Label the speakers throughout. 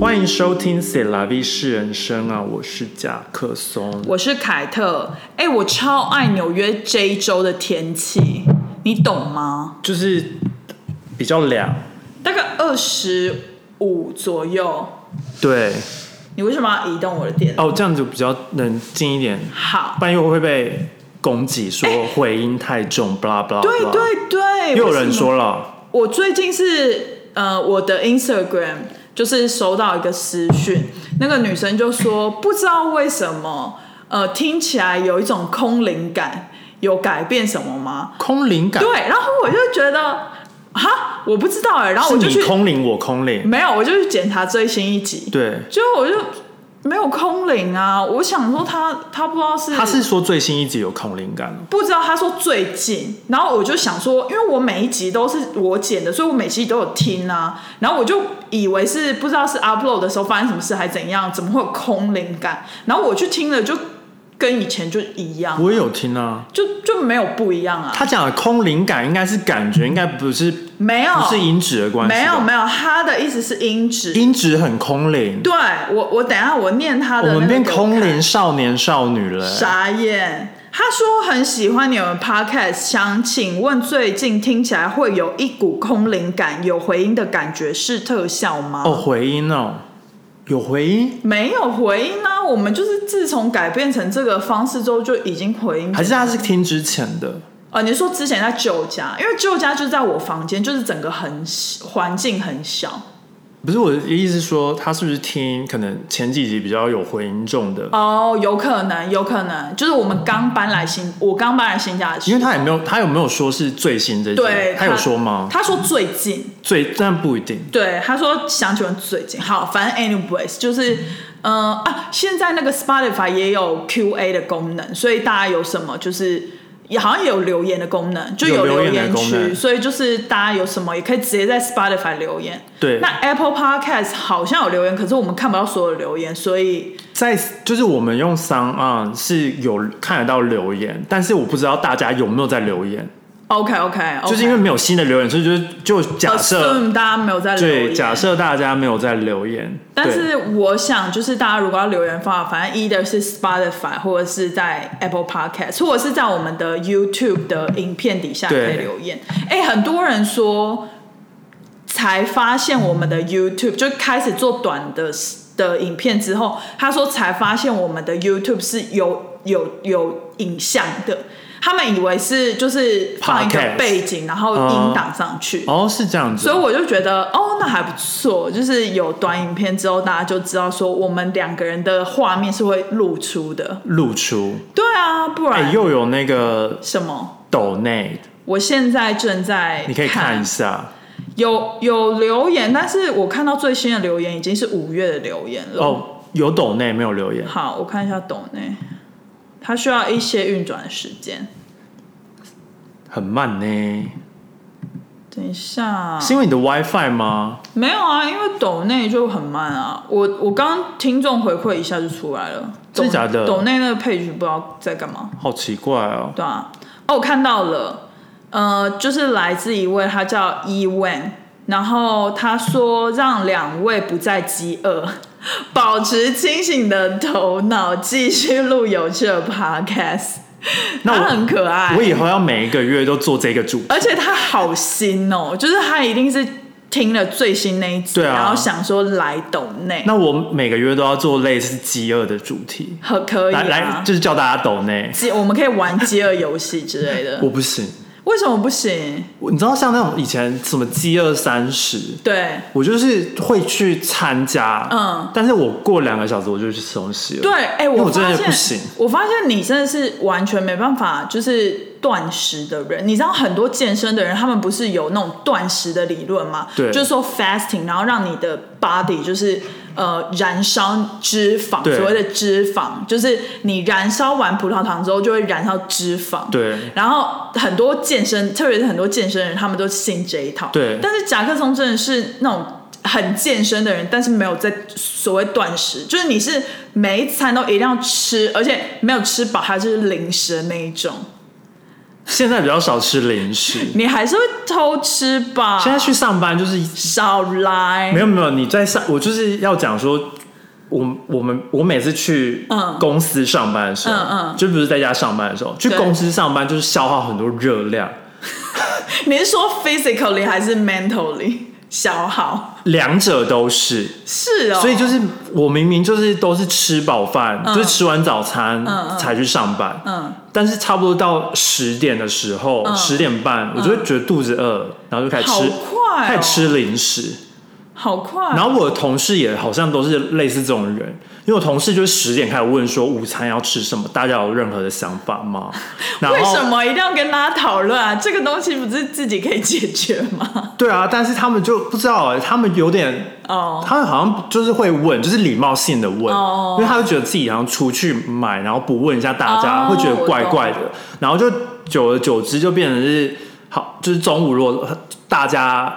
Speaker 1: 欢迎收听《C La V 是人生》啊，我是贾克松。
Speaker 2: 我是凯特，哎、我超爱纽约这一周的天气，你懂吗？
Speaker 1: 就是比较凉，
Speaker 2: 大概二十五左右。
Speaker 1: 对
Speaker 2: 你为什么要移动我的电脑？
Speaker 1: 哦，这样子比较冷静一点，
Speaker 2: 好，
Speaker 1: 不然又会被攻击说回音太重，blah blah blah。
Speaker 2: 对对对，
Speaker 1: 又有
Speaker 2: 为什
Speaker 1: 人
Speaker 2: 么
Speaker 1: 说了，
Speaker 2: 我最近是呃，我的 Instagram 就是收到一个私讯，那个女生就说不知道为什么，呃，听起来有一种空灵感，有改变什么吗？
Speaker 1: 空灵感，
Speaker 2: 对，然后我就觉得哈，我不知道哎、然后
Speaker 1: 是
Speaker 2: 我就
Speaker 1: 你
Speaker 2: 去
Speaker 1: 空灵，我空灵，
Speaker 2: 没有，我就去检查最新一集，
Speaker 1: 对。
Speaker 2: 结果我就没有空灵啊，我想说他他不知道是
Speaker 1: 他是说最新一集有空灵感哦
Speaker 2: 不知道他说最近，然后我就想说，因为我每一集都是我剪的，所以我每集都有听啊。然后我就以为是不知道是 upload 的时候发生什么事还怎样，怎么会有空灵感？然后我去听了，就跟以前就一样，
Speaker 1: 我也有听啊。
Speaker 2: 就就没有不一样啊，
Speaker 1: 他讲的空灵感应该是感觉，应该不是不
Speaker 2: 没有，
Speaker 1: 是音质的关系吧，
Speaker 2: 哦没有没有，他的意思是音质。
Speaker 1: 音质很空灵。
Speaker 2: 对我我等一下我念他的，
Speaker 1: 我们变空灵少年少女了、欸
Speaker 2: 傻眼。他说很喜欢你们 podcast，想请问最近听起来会有一股空灵感，有回音的感觉是特效吗？
Speaker 1: 哦，回音哦，有回音，
Speaker 2: 没有回音啊，我们就是自从改变成这个方式之后就已经回音。
Speaker 1: 还是他是听之前的？
Speaker 2: 呃，你说之前在旧家，因为旧家就在我房间，就是整个很小环境很小。
Speaker 1: 不是我的意思是说，他是不是听可能前几集比较有回音重的？
Speaker 2: 哦，有可能，有可能，就是我们刚搬来新，我刚搬来新家的时
Speaker 1: 因
Speaker 2: 候
Speaker 1: 为他也没有，他有没有说是最新这一集？
Speaker 2: 对，
Speaker 1: 他有说吗？
Speaker 2: 他说最近，
Speaker 1: 最但不一定。
Speaker 2: 对，他说想请问最近好，反正 anyways 就是，嗯、啊，现在那个 Spotify 也有 Q&A 的功能，所以大家有什么就是也好像也有留言的功能，就
Speaker 1: 有留
Speaker 2: 留
Speaker 1: 言的
Speaker 2: 言
Speaker 1: 功能
Speaker 2: 区，所以就是大家有什么也可以直接在 Spotify 留言。
Speaker 1: 对
Speaker 2: 那 Apple Podcast 好像有留言，可是我们看不到所有留言，所以
Speaker 1: 在就是我们用商啊是有看得到留言，但是我不知道大家有没有在留言，
Speaker 2: OK OK，, 哦 o
Speaker 1: 就是因为没有新的留言，所以就就假设。
Speaker 2: 大家没有在留言，
Speaker 1: 对，假设大家没有在留言，
Speaker 2: 但
Speaker 1: 对
Speaker 2: 是我想，就是大家如果要留言的话，反正 either 是 Spotify 或者是在 Apple Podcast，或者是在我们的 YouTube 的影片底下可
Speaker 1: 对
Speaker 2: 以留言。哎、很多人说才发现我们的 YouTube 就开始做短的的影片之后，他说才发现我们的 YouTube 是有有有影像的，他们以为是就是放一个
Speaker 1: Podcast
Speaker 2: 背景，然后音档上去。
Speaker 1: 哦，是这样子
Speaker 2: 所以。我就觉得，哦，那还不错，就是有短影片之后，大家就知道说我们两个人的画面是会露出的。
Speaker 1: 露出，
Speaker 2: 对啊，不
Speaker 1: 哎、
Speaker 2: 然、
Speaker 1: 又有那个
Speaker 2: 什么？
Speaker 1: 抖内，
Speaker 2: 我现在正在
Speaker 1: 你可以看一下
Speaker 2: 有有留言，但是我看到最新的留言已经是五月的留言了。，
Speaker 1: 哦。有抖内没有留言，
Speaker 2: 好，我看一下懂内，它需要一些运转的时间。
Speaker 1: 很慢呢。
Speaker 2: 嗯等一下，
Speaker 1: 是因为你的 WiFi 吗？
Speaker 2: 没有啊，因为抖内就很慢啊。我我刚听众回馈一下就出来了，
Speaker 1: 真的假的
Speaker 2: 抖内那个 page 不知道在干嘛。
Speaker 1: 好奇怪哦。
Speaker 2: 对啊，哦，我看到了，呃，就是来自一位，他叫伊万，然后他说让两位不再饥饿，保持清醒的头脑，继续录有趣的 podcast。
Speaker 1: 那我
Speaker 2: 他很可爱
Speaker 1: 我，以后要每一个月都做这个主，
Speaker 2: 而且他好新哦，就是他一定是听了最新那一集，
Speaker 1: 对啊
Speaker 2: 然后想说来抖内，
Speaker 1: 那我每个月都要做类似饥饿的主题，
Speaker 2: 很可以
Speaker 1: 来来
Speaker 2: 啊。
Speaker 1: 就是叫大家抖内。
Speaker 2: 饥我们可以玩饥饿游戏之类的
Speaker 1: 我，不行，
Speaker 2: 为什么不行？
Speaker 1: 我你知道像那种以前什么饥饿三十，
Speaker 2: 对，
Speaker 1: 我就是会去参加，
Speaker 2: 嗯，
Speaker 1: 但是我过两个小时我就去吃东西了。
Speaker 2: 对，哎、
Speaker 1: 因为我
Speaker 2: 发
Speaker 1: 真的
Speaker 2: 现
Speaker 1: 不行
Speaker 2: 我发现你真的是完全没办法，就是断食的人。你知道很多健身的人，他们不是有那种断食的理论吗？
Speaker 1: 对
Speaker 2: 就是说 fasting，然后让你的 body 就是呃燃烧脂肪，
Speaker 1: 对
Speaker 2: 所谓的脂肪，就是你燃烧完葡萄糖之后就会燃烧脂肪。
Speaker 1: 对
Speaker 2: 然后很多健身，特别是很多健身人，他们都信这一套。
Speaker 1: 对
Speaker 2: 但是甲克松真的是那种很健身的人，但是没有在所谓断食，就是你是每一餐都一定要吃，而且没有吃饱，它就是零食的那一种。。
Speaker 1: 现在比较少吃零食
Speaker 2: 你还是会偷吃吧？
Speaker 1: 现在去上
Speaker 2: 啊
Speaker 1: 班就是
Speaker 2: 少来，
Speaker 1: 没有没有，你在上，我就是要讲说，我我们我每次去
Speaker 2: 嗯
Speaker 1: 公司上班的时候，
Speaker 2: 嗯嗯
Speaker 1: 就不是在家上班的时候，去
Speaker 2: 对
Speaker 1: 公司上班就是消耗很多热量，
Speaker 2: 你是说 physically 还是 mentally 消耗？
Speaker 1: 两者都是。
Speaker 2: 是哦，
Speaker 1: 所以就是我明明就是都是吃饱饭，就是吃完早餐才去上班，
Speaker 2: 嗯
Speaker 1: 但是差不多到十点的时候，十、点半我就会觉得肚子饿，然后就开始吃，
Speaker 2: 嗯好快哦
Speaker 1: 开始吃零食。
Speaker 2: 好快，哦
Speaker 1: 然后我的同事也好像都是类似这种人，因为我同事就是十点开始问说午餐要吃什么，大家有任何的想法 吗？然后
Speaker 2: 为什么一定要跟大家讨论啊？这个东西不是自己可以解决吗？
Speaker 1: 对啊，但是他们就不知道、欸，他们有点，
Speaker 2: 哦，
Speaker 1: 他们好像就是会问，就是礼貌性的问，
Speaker 2: 哦
Speaker 1: 因为他就觉得自己好像出去买，然后不问一下大家，
Speaker 2: 哦
Speaker 1: 会觉得怪怪的
Speaker 2: 我，
Speaker 1: 然后就久而久之就变成是好，就是中午如果大家。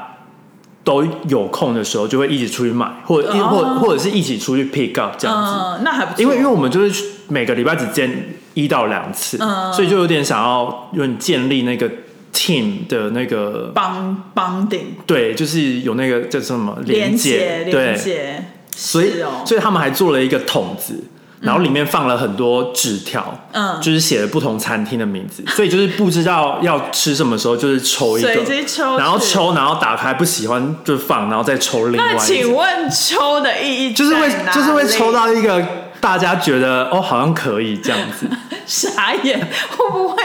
Speaker 1: 都有空的时候，就会一起出去买，或者一、或
Speaker 2: 哦
Speaker 1: 或者是一起出去 pick up 这样子。
Speaker 2: 嗯，那还不错，
Speaker 1: 因为因为我们就是每个礼拜只见一到两次，
Speaker 2: 嗯
Speaker 1: 所以就有点想要有点建立那个 team 的那个
Speaker 2: 帮帮顶
Speaker 1: 对，就是有那个叫什么
Speaker 2: 连
Speaker 1: 接
Speaker 2: 接，
Speaker 1: 对
Speaker 2: 连，接，
Speaker 1: 所以、
Speaker 2: 是哦，
Speaker 1: 所以他们还做了一个桶子。然后里面放了很多纸条，
Speaker 2: 嗯
Speaker 1: 就是写了不同餐厅的名字，所以就是不知道要吃什么时候，就是抽一个
Speaker 2: 随机，抽
Speaker 1: 然后
Speaker 2: 纸
Speaker 1: 抽，然后打开不喜欢就放，然后再抽另外一
Speaker 2: 那
Speaker 1: 个。
Speaker 2: 请问抽的意义
Speaker 1: 就是会
Speaker 2: 在哪
Speaker 1: 就是会抽
Speaker 2: 里
Speaker 1: 到一个大家觉得哦好像可以这样子，
Speaker 2: 傻眼，会不会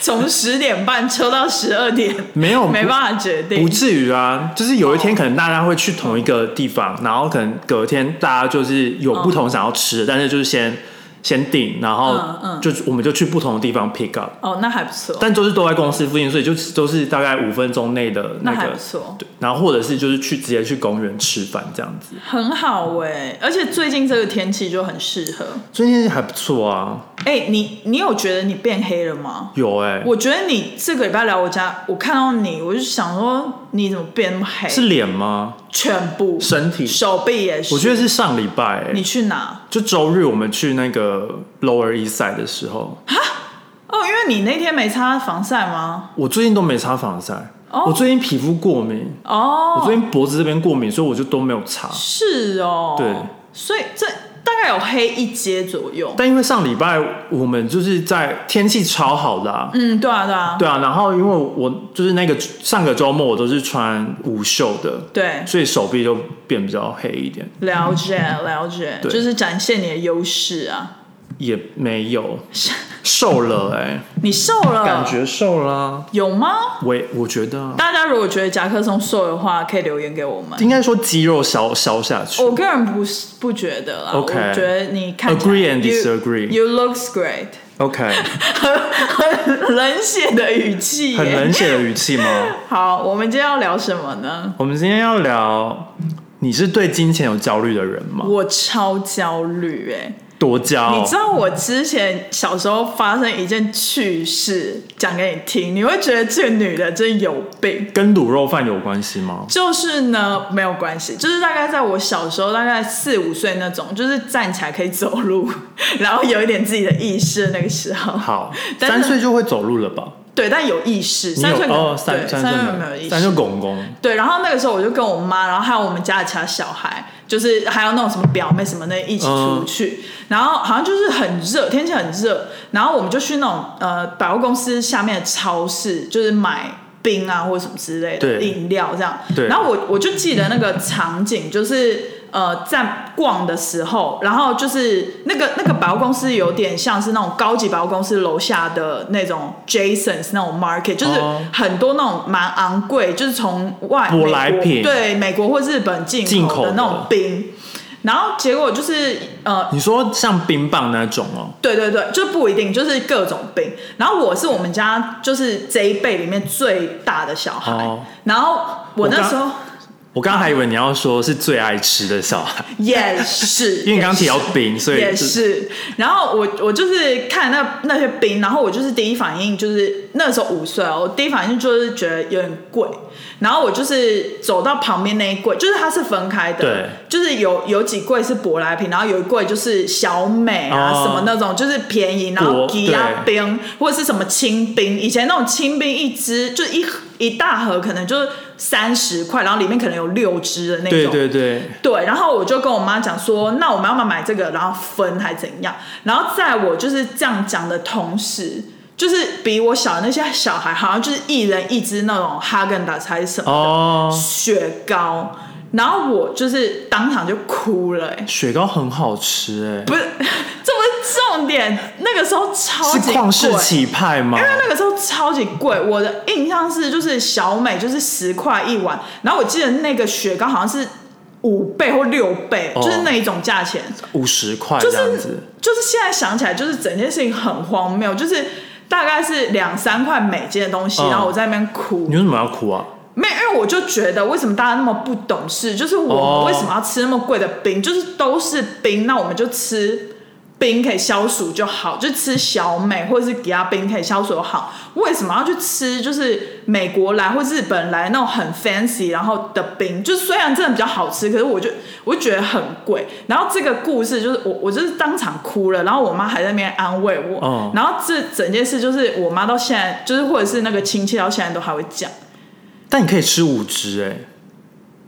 Speaker 2: 从十点半抽到十二点？
Speaker 1: 没有
Speaker 2: 没办法决定
Speaker 1: 不，至于啊，就是有一天可能大家会去同一个地方，然后可能隔天大家就是有不同想要吃的，但是就是先先定，然
Speaker 2: 嗯
Speaker 1: 后
Speaker 2: 嗯
Speaker 1: 就、我们就去不同的地方 pick up，
Speaker 2: 哦，那还不错，
Speaker 1: 但都是都在公司附近，所以就都是大概五分钟内的
Speaker 2: 那还
Speaker 1: 个
Speaker 2: 不，错，
Speaker 1: 对，然后或者是就是去直接去公园吃饭这样子，
Speaker 2: 很好哎、而且最近这个天气就很适合。
Speaker 1: 最近还不错啊，
Speaker 2: 哎、你你有觉得你变黑了吗？
Speaker 1: 有哎、
Speaker 2: 我觉得你这个礼拜来我家，我看到你，我就想说你怎么变那么黑？
Speaker 1: 是脸吗？
Speaker 2: 全部
Speaker 1: 身体
Speaker 2: 手臂也是。
Speaker 1: 我觉得是上礼拜、欸，
Speaker 2: 你去哪？
Speaker 1: 就周日我们去那个 Lower East Side 的时候，
Speaker 2: 哦，因为你那天没擦防晒吗？
Speaker 1: 我最近都没擦防晒。
Speaker 2: 哦
Speaker 1: 我最近皮肤过敏，我
Speaker 2: 哦，
Speaker 1: 最近脖子这边过敏，所以我就都没有擦。
Speaker 2: 是哦，
Speaker 1: 对，
Speaker 2: 所以这大概有黑一阶左右。
Speaker 1: 但因为上礼拜我们就是在天气超好的、啊，
Speaker 2: 嗯，对啊，对啊，
Speaker 1: 对啊，然后因为我就是那个上个周末我都是穿无袖的，
Speaker 2: 对，
Speaker 1: 所以手臂就变比较黑一点，
Speaker 2: 了解了解，
Speaker 1: 对
Speaker 2: 就是展现你的优势啊。
Speaker 1: 也没有瘦了哎、
Speaker 2: 你瘦了，
Speaker 1: 感觉瘦了啊、
Speaker 2: 有吗？
Speaker 1: 我也我觉得啊、
Speaker 2: 大家如果觉得夹克松瘦的话，可以留言给我们。
Speaker 1: 应该说肌肉消消下去。
Speaker 2: 我个人不是不觉得啦
Speaker 1: OK
Speaker 2: 我觉得你看起来
Speaker 1: Agree and
Speaker 2: you-
Speaker 1: disagree
Speaker 2: You looks great，
Speaker 1: OK，
Speaker 2: 很冷血的语气，
Speaker 1: 很冷。血的语气吗？
Speaker 2: 好，我们今天要聊什么呢？
Speaker 1: 我们今天要聊，你是对金钱有焦虑的人吗？
Speaker 2: 我超焦虑哎、
Speaker 1: 多焦
Speaker 2: 你？知道我之前小时候发生一件趣事，讲给你听，你会觉得这女的真有病。
Speaker 1: 跟卤肉饭有关系吗？
Speaker 2: 就是呢，没有关系，就是大概在我小时候，大概四五岁那种，就是站起来可以走路， 然后有一点自己的意识的那个时候。
Speaker 1: 好，
Speaker 2: 但是
Speaker 1: 三岁就会走路了吧？
Speaker 2: 对，但有意识，
Speaker 1: 你有
Speaker 2: 三岁可能
Speaker 1: 哦，三
Speaker 2: 对
Speaker 1: 三
Speaker 2: 三
Speaker 1: 岁
Speaker 2: 没有意
Speaker 1: 三岁
Speaker 2: 识。
Speaker 1: 公公
Speaker 2: 对，然后那个时候我就跟我妈，然后还有我们家的其他小孩，就是还有那种什么表妹什么的一起出去，
Speaker 1: 嗯
Speaker 2: 然后好像就是很热，天气很热，然后我们就去那种呃百货公司下面的超市，就是买冰啊或者什么之类的
Speaker 1: 对
Speaker 2: 饮料这样。
Speaker 1: 对
Speaker 2: 然后我我就记得那个场景就是。呃，在逛的时候，然后就是那个那个百货公司有点像是那种高级百货公司楼下的那种 Jasons 那种 market，就是
Speaker 1: 哦
Speaker 2: 很多那种蛮昂贵，就是从外
Speaker 1: 舶来
Speaker 2: 美国
Speaker 1: 品
Speaker 2: 对美国或日本进
Speaker 1: 进口
Speaker 2: 口
Speaker 1: 的
Speaker 2: 的那种冰，然后结果就是呃
Speaker 1: 你说像冰棒那种哦，
Speaker 2: 对对对，就不一定，就是各种病。然后我是我们家就是这一辈里面最大的小孩，
Speaker 1: 哦
Speaker 2: 然后我那时候
Speaker 1: 我刚刚还以为你要说是最爱吃的小 孩，
Speaker 2: 也是，
Speaker 1: 因为你刚刚提到冰，所以
Speaker 2: 也。
Speaker 1: 就是
Speaker 2: 然后我我就是看那那些冰，然后我就是第一反应就是那时候五岁哦，我第一反应就是觉得有点贵。然后我就是走到旁边那一柜，就是它是分开的，
Speaker 1: 对，
Speaker 2: 就是有有几柜是舶来品，然后有一柜就是小美啊、
Speaker 1: 哦
Speaker 2: 什么那种，就是便宜，然后
Speaker 1: 国
Speaker 2: 吉亚
Speaker 1: 对
Speaker 2: 冰或者是什么清冰，以前那种清冰一支就一一大盒，可能就是三十块，然后里面可能有六支的那种，
Speaker 1: 对对对，
Speaker 2: 对，然后我就跟我妈讲说，那我们要不要买这个，然后分还怎样？然后在我就是这样讲的同时，就是比我小的那些小孩，好像就是一人一支那种哈根达斯还是什么
Speaker 1: 哦，
Speaker 2: 雪糕，然后我就是当场就哭了、欸，
Speaker 1: 雪糕很好吃哎、
Speaker 2: 不是，这不是重点，那个时候超级
Speaker 1: 是旷世
Speaker 2: 贵
Speaker 1: 奇派吗？
Speaker 2: 因为那个时候超级贵，我的印象是就是小美就是十块一碗，然后我记得那个雪糕好像是五倍或六倍，
Speaker 1: 哦
Speaker 2: 就是那一种价钱。
Speaker 1: 五十块这样子，
Speaker 2: 就是现在想起来，就是整件事情很荒谬，就是大概是两三块美金的东西，
Speaker 1: 嗯
Speaker 2: 然后我在那边哭
Speaker 1: 你，为什么要哭啊？
Speaker 2: 没有，因为我就觉得为什么大家那么不懂事，就是我
Speaker 1: 哦
Speaker 2: 们为什么要吃那么贵的冰，就是都是冰，那我们就吃。冰可以消暑就好，就吃小美或者是给他冰可以消暑就好。为什么要去吃就是美国来或日本来那种很 fancy 然后的冰？就虽然真的比较好吃，可是我就我就觉得很贵。然后这个故事就是我我就是当场哭了，然后我妈还在那边安慰我。
Speaker 1: 嗯
Speaker 2: 然后这整件事就是我妈到现在就是或者是那个亲戚到现在都还会讲。
Speaker 1: 但你可以吃五只哎、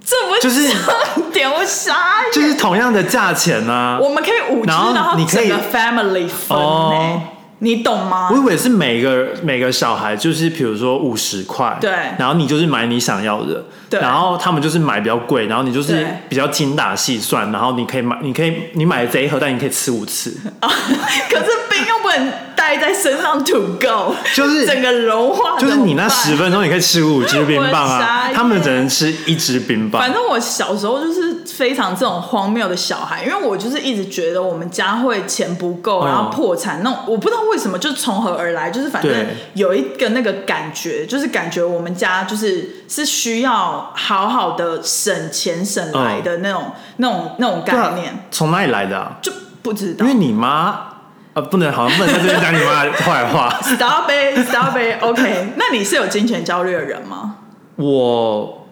Speaker 2: 这不
Speaker 1: 就是
Speaker 2: 重点，我傻眼。
Speaker 1: 就是同样的价钱啊。
Speaker 2: 我们可以五只，
Speaker 1: 然后
Speaker 2: 然后
Speaker 1: 你可
Speaker 2: 整
Speaker 1: 以
Speaker 2: 个 family 分呢、
Speaker 1: 哦
Speaker 2: 你懂吗
Speaker 1: 我？以为是每个每个小孩就是比如说五十块，
Speaker 2: 对
Speaker 1: 然后你就是买你想要的，
Speaker 2: 对
Speaker 1: 然后他们就是买比较贵，然后你就是
Speaker 2: 对
Speaker 1: 比较精打细算，然后你可以买，你可以你买了这一盒，但你可以吃五次，
Speaker 2: 啊， 可是冰又不能带在身上 to go，
Speaker 1: 就是
Speaker 2: 整个融化。
Speaker 1: 就是你那
Speaker 2: 怎么办
Speaker 1: 十，分钟你可以吃五支冰棒
Speaker 2: 我傻
Speaker 1: 啊，
Speaker 2: 眼
Speaker 1: 他们只能吃一支冰棒
Speaker 2: 反，正我小时候就是非常这种荒谬的小孩，因为我就是一直觉得我们家会钱不够，
Speaker 1: 嗯
Speaker 2: 然后破产那种，我不知道为什么就从何而来，就是反正
Speaker 1: 对
Speaker 2: 有一个那个感觉，就是感觉我们家就是是需要好好的省钱省来的那种、那种那种
Speaker 1: 嗯对啊
Speaker 2: 概念。
Speaker 1: 从哪里来的、啊？
Speaker 2: 就不知道
Speaker 1: 因为。你妈呃不能好像不能在这边讲你妈的坏话，
Speaker 2: Stop it, stop it. OK，那 你是有金钱焦虑的人吗？
Speaker 1: 我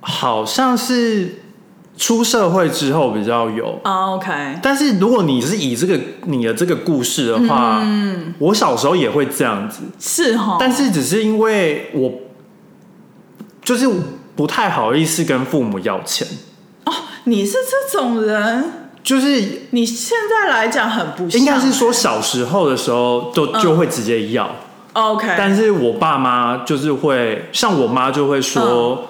Speaker 1: 好像是出社会之后比较有。
Speaker 2: 啊、o k
Speaker 1: 但是如果你是以这个你的这个故事的话，
Speaker 2: 嗯
Speaker 1: 我小时候也会这样子，
Speaker 2: 是哈，
Speaker 1: 但是只是因为我就是不太好意思跟父母要钱，
Speaker 2: 哦，你是这种人，
Speaker 1: 就是
Speaker 2: 你现在来讲很不像
Speaker 1: 应该是说小时候的时候就
Speaker 2: 嗯
Speaker 1: 就会直接要，
Speaker 2: OK，
Speaker 1: 但是我爸妈就是会，像我妈就会说。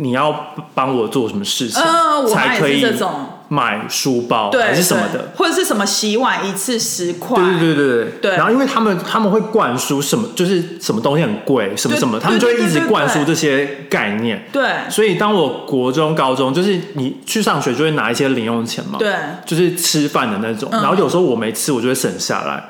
Speaker 1: 你要帮我做什么事情，
Speaker 2: 嗯我妈也
Speaker 1: 才
Speaker 2: 是
Speaker 1: 可以
Speaker 2: 这种
Speaker 1: 买书包
Speaker 2: 对
Speaker 1: 还是什么
Speaker 2: 对
Speaker 1: 的？
Speaker 2: 或者是什么洗碗一次十块，
Speaker 1: 对对对对
Speaker 2: 对
Speaker 1: 然后因为他们他们会灌输什么，就是什么东西很贵，什么
Speaker 2: 对
Speaker 1: 什么，他们就
Speaker 2: 对
Speaker 1: 会
Speaker 2: 对
Speaker 1: 一直
Speaker 2: 对对
Speaker 1: 灌输
Speaker 2: 对
Speaker 1: 这些概念。
Speaker 2: 对
Speaker 1: 所以当我国中、高中，就是你去上学就会拿一些零用钱嘛，
Speaker 2: 对，
Speaker 1: 就是吃饭的那种。
Speaker 2: 嗯
Speaker 1: 然后有时候我没吃，我就会省下来，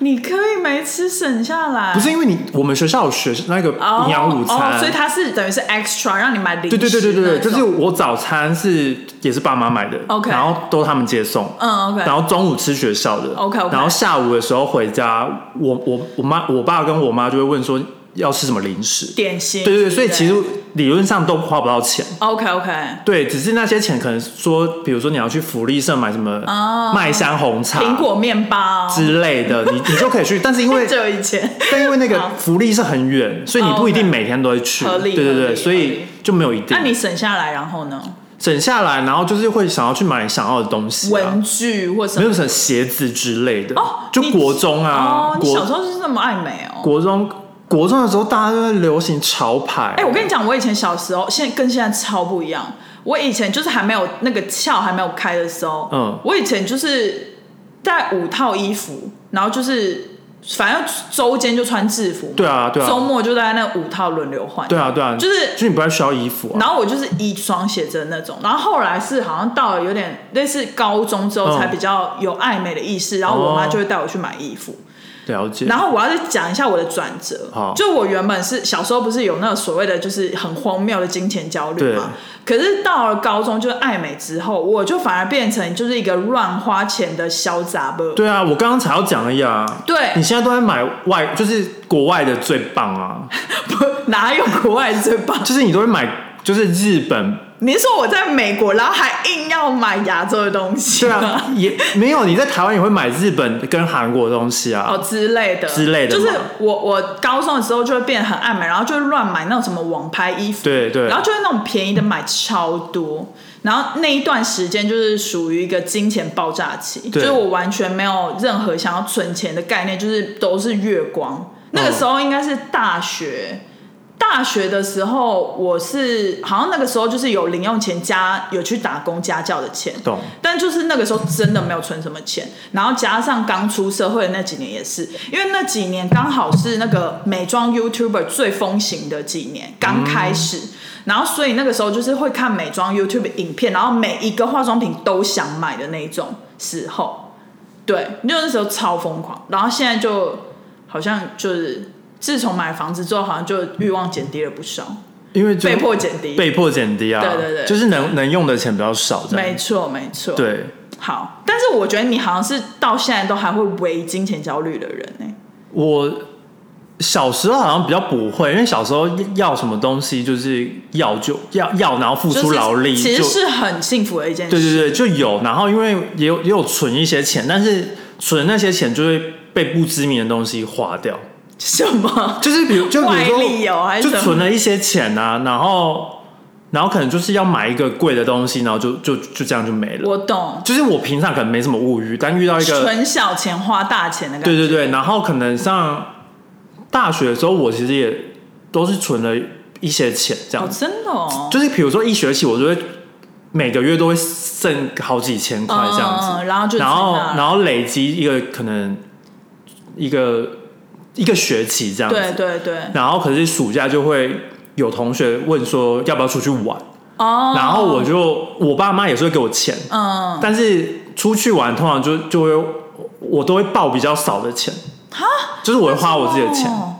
Speaker 2: 你可以没吃省下来，
Speaker 1: 不是因为你我们学校有学那个
Speaker 2: 啊哦
Speaker 1: 营养午餐。
Speaker 2: 哦，所以它是等于是 extra 让你买零食
Speaker 1: 对对对对对，
Speaker 2: 那种
Speaker 1: 就是我早餐是也是爸妈买的
Speaker 2: OK
Speaker 1: 然后都他们接送，
Speaker 2: 嗯 OK，
Speaker 1: 然后中午吃学校的
Speaker 2: OK，OK
Speaker 1: 然后下午的时候回家，我我我妈我爸跟我妈就会问说要吃什么零食，
Speaker 2: 点心，
Speaker 1: 对对对，所以其实理论上都花不到钱，
Speaker 2: OK OK，
Speaker 1: 对，只是那些钱可能说，比如说你要去福利社买什么
Speaker 2: 哦
Speaker 1: 麦香红茶
Speaker 2: 苹果面包
Speaker 1: 之类的，你你就可以 去，但是因为
Speaker 2: 只有以前。
Speaker 1: 但因为那个
Speaker 2: 好
Speaker 1: 福利社很远，所以你
Speaker 2: 哦
Speaker 1: 不一定
Speaker 2: OK
Speaker 1: 每天都会去，
Speaker 2: 合理
Speaker 1: 对对
Speaker 2: 合
Speaker 1: 对，
Speaker 2: 理
Speaker 1: 所
Speaker 2: 合
Speaker 1: 以
Speaker 2: 理
Speaker 1: 就没有一定
Speaker 2: 那。你省下来，然后呢？
Speaker 1: 省下来，然后就是会想要去买想要的东西、啊
Speaker 2: 文，具或什
Speaker 1: 没
Speaker 2: 么？
Speaker 1: 有什么鞋子之类的，
Speaker 2: 哦，
Speaker 1: 就
Speaker 2: 你
Speaker 1: 国中啊，
Speaker 2: 哦，你
Speaker 1: 国
Speaker 2: 小时候就是那么爱美哦。
Speaker 1: 国中国中的时候，大家都在流行潮牌。
Speaker 2: 哎、我跟你讲，我以前小时候，现在跟现在超不一样。我以前就是还没有那个窍还没有开的时候，
Speaker 1: 嗯
Speaker 2: 我以前就是带五套衣服，然后就是反正周间就穿制服，
Speaker 1: 对啊对啊
Speaker 2: 周末就在那五套轮流换，
Speaker 1: 对啊对啊，
Speaker 2: 就是
Speaker 1: 就你不太需要衣服啊。
Speaker 2: 然后我就是一双鞋子的那种，然后后来是好像到了有点类似高中之后
Speaker 1: 嗯
Speaker 2: 才比较有爱美的意识，然后我妈
Speaker 1: 哦
Speaker 2: 就会带我去买衣服。
Speaker 1: 了解。
Speaker 2: 然后我要再讲一下我的转折
Speaker 1: 好，
Speaker 2: 就我原本是小时候不是有那个所谓的就是很荒谬的金钱焦虑嘛，可是到了高中就是爱美之后，我就反而变成就是一个乱花钱的小杂包。
Speaker 1: 对啊，我刚刚才要讲了呀。
Speaker 2: 对
Speaker 1: 你现在都在买外，就是国外的最棒 啊，
Speaker 2: 不哪有国外最棒？
Speaker 1: 就是你都会买，就是日本。
Speaker 2: 你是说我在美国，然后还硬要买亚洲的东西
Speaker 1: 对
Speaker 2: 吗？
Speaker 1: 啊，也没有你在台湾也会买日本跟韩国的东西啊。
Speaker 2: 哦之类的
Speaker 1: 之类的
Speaker 2: 就是
Speaker 1: 嘛
Speaker 2: 我我高中的时候就会变得很爱买，然后就会乱买那种什么网拍衣服，
Speaker 1: 对对
Speaker 2: 然后就会那种便宜的买超多。然后那一段时间就是属于一个金钱爆炸期，就
Speaker 1: 对
Speaker 2: 是我完全没有任何想要存钱的概念，就是都是月光。
Speaker 1: 嗯
Speaker 2: 那个时候应该是大学，大学的时候我是好像那个时候就是有零用钱加有去打工家教的钱，
Speaker 1: 懂。
Speaker 2: 但就是那个时候真的没有存什么钱，然后加上刚出社会的那几年也是，因为那几年刚好是那个美妆 YouTuber 最风行的几年，刚开始。
Speaker 1: 嗯
Speaker 2: 然后，所以那个时候就是会看美妆 YouTube 影片，然后每一个化妆品都想买的那一种时候，对，那时候超疯狂。然后现在就好像就是自从买房子之后，好像就欲望减低了不少，
Speaker 1: 因为就
Speaker 2: 被迫减低。
Speaker 1: 被迫减低啊，
Speaker 2: 对对对
Speaker 1: 就是能能用的钱比较少，这
Speaker 2: 没
Speaker 1: 样
Speaker 2: 错，没错。
Speaker 1: 对。
Speaker 2: 好，但是我觉得你好像是到现在都还会为金钱焦虑的人欸呢、
Speaker 1: 我小时候好像比较不会，因为小时候要什么东西就是要就要要，然后付
Speaker 2: 就
Speaker 1: 出
Speaker 2: 是
Speaker 1: 劳力，
Speaker 2: 其
Speaker 1: 就
Speaker 2: 实是很幸福的一件事。
Speaker 1: 对对对就有。然后因为也有也有存一些钱，但是存那些钱就会被不知名的东西花掉，
Speaker 2: 什 么？
Speaker 1: 就是比如就比
Speaker 2: 外
Speaker 1: 如说
Speaker 2: 力哦，还是
Speaker 1: 就
Speaker 2: 什
Speaker 1: 存
Speaker 2: 么？
Speaker 1: 了一些钱啊，然后然后可能就是要买一个贵的东西，然后就就就这样就没了。
Speaker 2: 我懂，
Speaker 1: 就是我平常可能没什么物欲，但遇到一个
Speaker 2: 存小钱花大钱的感
Speaker 1: 对
Speaker 2: 觉。
Speaker 1: 对对，然后可能上大学的时候，我其实也都是存了一些钱，这样
Speaker 2: 哦，
Speaker 1: 子，
Speaker 2: 真的哦，
Speaker 1: 就是比如说一学期，我就会每个月都会剩好几千块这样子，
Speaker 2: 嗯，然后就
Speaker 1: 然后
Speaker 2: 后
Speaker 1: 然后累积一个可能一个一个学期这样子，
Speaker 2: 对对对，
Speaker 1: 然后可是暑假就会有同学问说要不要出去玩，
Speaker 2: 哦，
Speaker 1: 然后我就我爸妈也是会给我钱，
Speaker 2: 嗯，
Speaker 1: 但是出去玩通常就就会我都会报比较少的钱，就是我会花我自己的钱，
Speaker 2: 哦。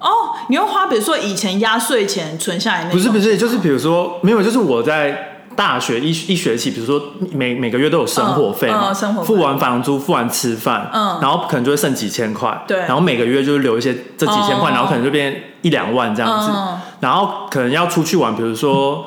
Speaker 2: 哦，你会花，比如说以前压岁钱存下来那
Speaker 1: 不是不
Speaker 2: 是，
Speaker 1: 是，就是比如说没有，就是我在大学一一学期，比如说每每个月都有生活费嘛，
Speaker 2: 嗯嗯生活费
Speaker 1: 付完房租，付完吃饭，
Speaker 2: 嗯
Speaker 1: 然后可能就会剩几千块，
Speaker 2: 对
Speaker 1: 然后每个月就是留一些这几千块，
Speaker 2: 哦
Speaker 1: 然后可能就变一两万这样子，
Speaker 2: 嗯
Speaker 1: 然后可能要出去玩，比如说。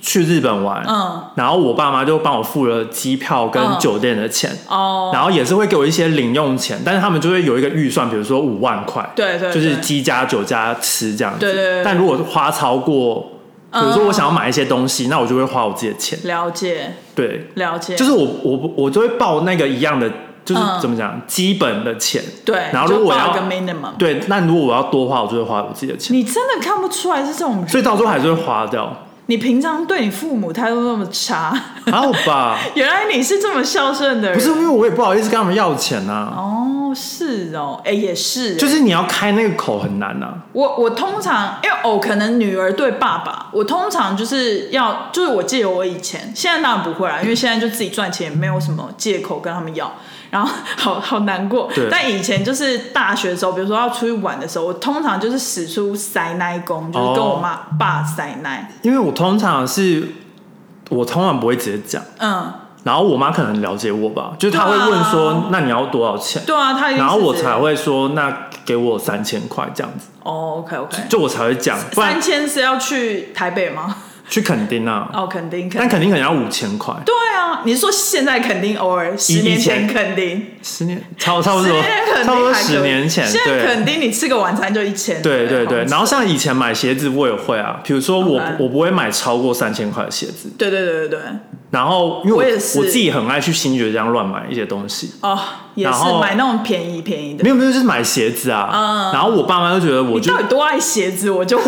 Speaker 1: 去日本玩，
Speaker 2: 嗯
Speaker 1: 然后我爸妈就帮我付了机票跟
Speaker 2: 嗯
Speaker 1: 酒店的钱，
Speaker 2: 哦，
Speaker 1: 然后也是会给我一些零用钱，但是他们就会有一个预算，比如说五万块，
Speaker 2: 对对对
Speaker 1: 就是鸡加酒加吃这样子。
Speaker 2: 对对对
Speaker 1: 但如果花超过，比如说我想要买一些东西，
Speaker 2: 嗯
Speaker 1: 那我就会花我自己的钱。
Speaker 2: 了解
Speaker 1: 对，
Speaker 2: 了解，
Speaker 1: 就是我我不我就会报那个一样的，就是
Speaker 2: 嗯
Speaker 1: 怎么讲，基本的钱。
Speaker 2: 对，
Speaker 1: 然后如果我
Speaker 2: 就
Speaker 1: 要
Speaker 2: 报一个 minimum，
Speaker 1: 对，那如果我要多花，我就会花我自己的钱，
Speaker 2: 你真的看不出来是这种人，
Speaker 1: 所以到最后还是会花掉。
Speaker 2: 你平常对你父母态度那么差，
Speaker 1: 还好吧，
Speaker 2: 原来你是这么孝顺的人。
Speaker 1: 不是因为我也不好意思跟他们要钱啊，
Speaker 2: 哦，是哦，哎、也是，
Speaker 1: 就是你要开那个口很难啊。
Speaker 2: 我我通常因为哦，可能女儿对爸爸，我通常就是要就是我记得我以前，现在当然不会啦，因为现在就自己赚钱，没有什么借口跟他们要。然后 好好难过
Speaker 1: 对，
Speaker 2: 但以前就是大学的时候，比如说要出去玩的时候，我通常就是使出塞奶功，
Speaker 1: 哦
Speaker 2: 就是跟我妈、爸塞奶，
Speaker 1: 因为我通常是，我通常不会直接讲，
Speaker 2: 嗯，
Speaker 1: 然后我妈可能了解我吧，就是她会
Speaker 2: 对啊
Speaker 1: 问说，那你要多少钱？
Speaker 2: 对啊，他一定
Speaker 1: 然后
Speaker 2: 是
Speaker 1: 我
Speaker 2: 这
Speaker 1: 才
Speaker 2: 样
Speaker 1: 会说，那给我三千块这样子，
Speaker 2: 哦，OK OK，
Speaker 1: 就我才会讲，不然
Speaker 2: 三千是要去台北吗？
Speaker 1: 去垦丁啊，
Speaker 2: 哦，肯定，肯
Speaker 1: 但
Speaker 2: 定。
Speaker 1: 垦丁可能要五千块，
Speaker 2: 对啊，你是说现在肯定，偶尔十年前肯定，
Speaker 1: 十年差差不
Speaker 2: 十
Speaker 1: 多
Speaker 2: 年前肯定，
Speaker 1: 差不多十年前，
Speaker 2: 现在
Speaker 1: 对
Speaker 2: 肯定你吃个晚餐就一千，
Speaker 1: 对对对。然
Speaker 2: 后
Speaker 1: 后像以前买鞋子我也会啊，比如说我
Speaker 2: OK
Speaker 1: 我不会买超过三千块的鞋子，
Speaker 2: 对对对对对，
Speaker 1: 然后因为
Speaker 2: 我也是
Speaker 1: 我自己很爱去新觉江乱买一些东西，
Speaker 2: 哦，也
Speaker 1: 然
Speaker 2: 是
Speaker 1: 后
Speaker 2: 买那种便宜便宜的
Speaker 1: 没。有没有，就是买鞋子啊。
Speaker 2: 嗯
Speaker 1: 然后我爸妈就觉得我
Speaker 2: 你
Speaker 1: 就
Speaker 2: 到，底多爱鞋子？我就问，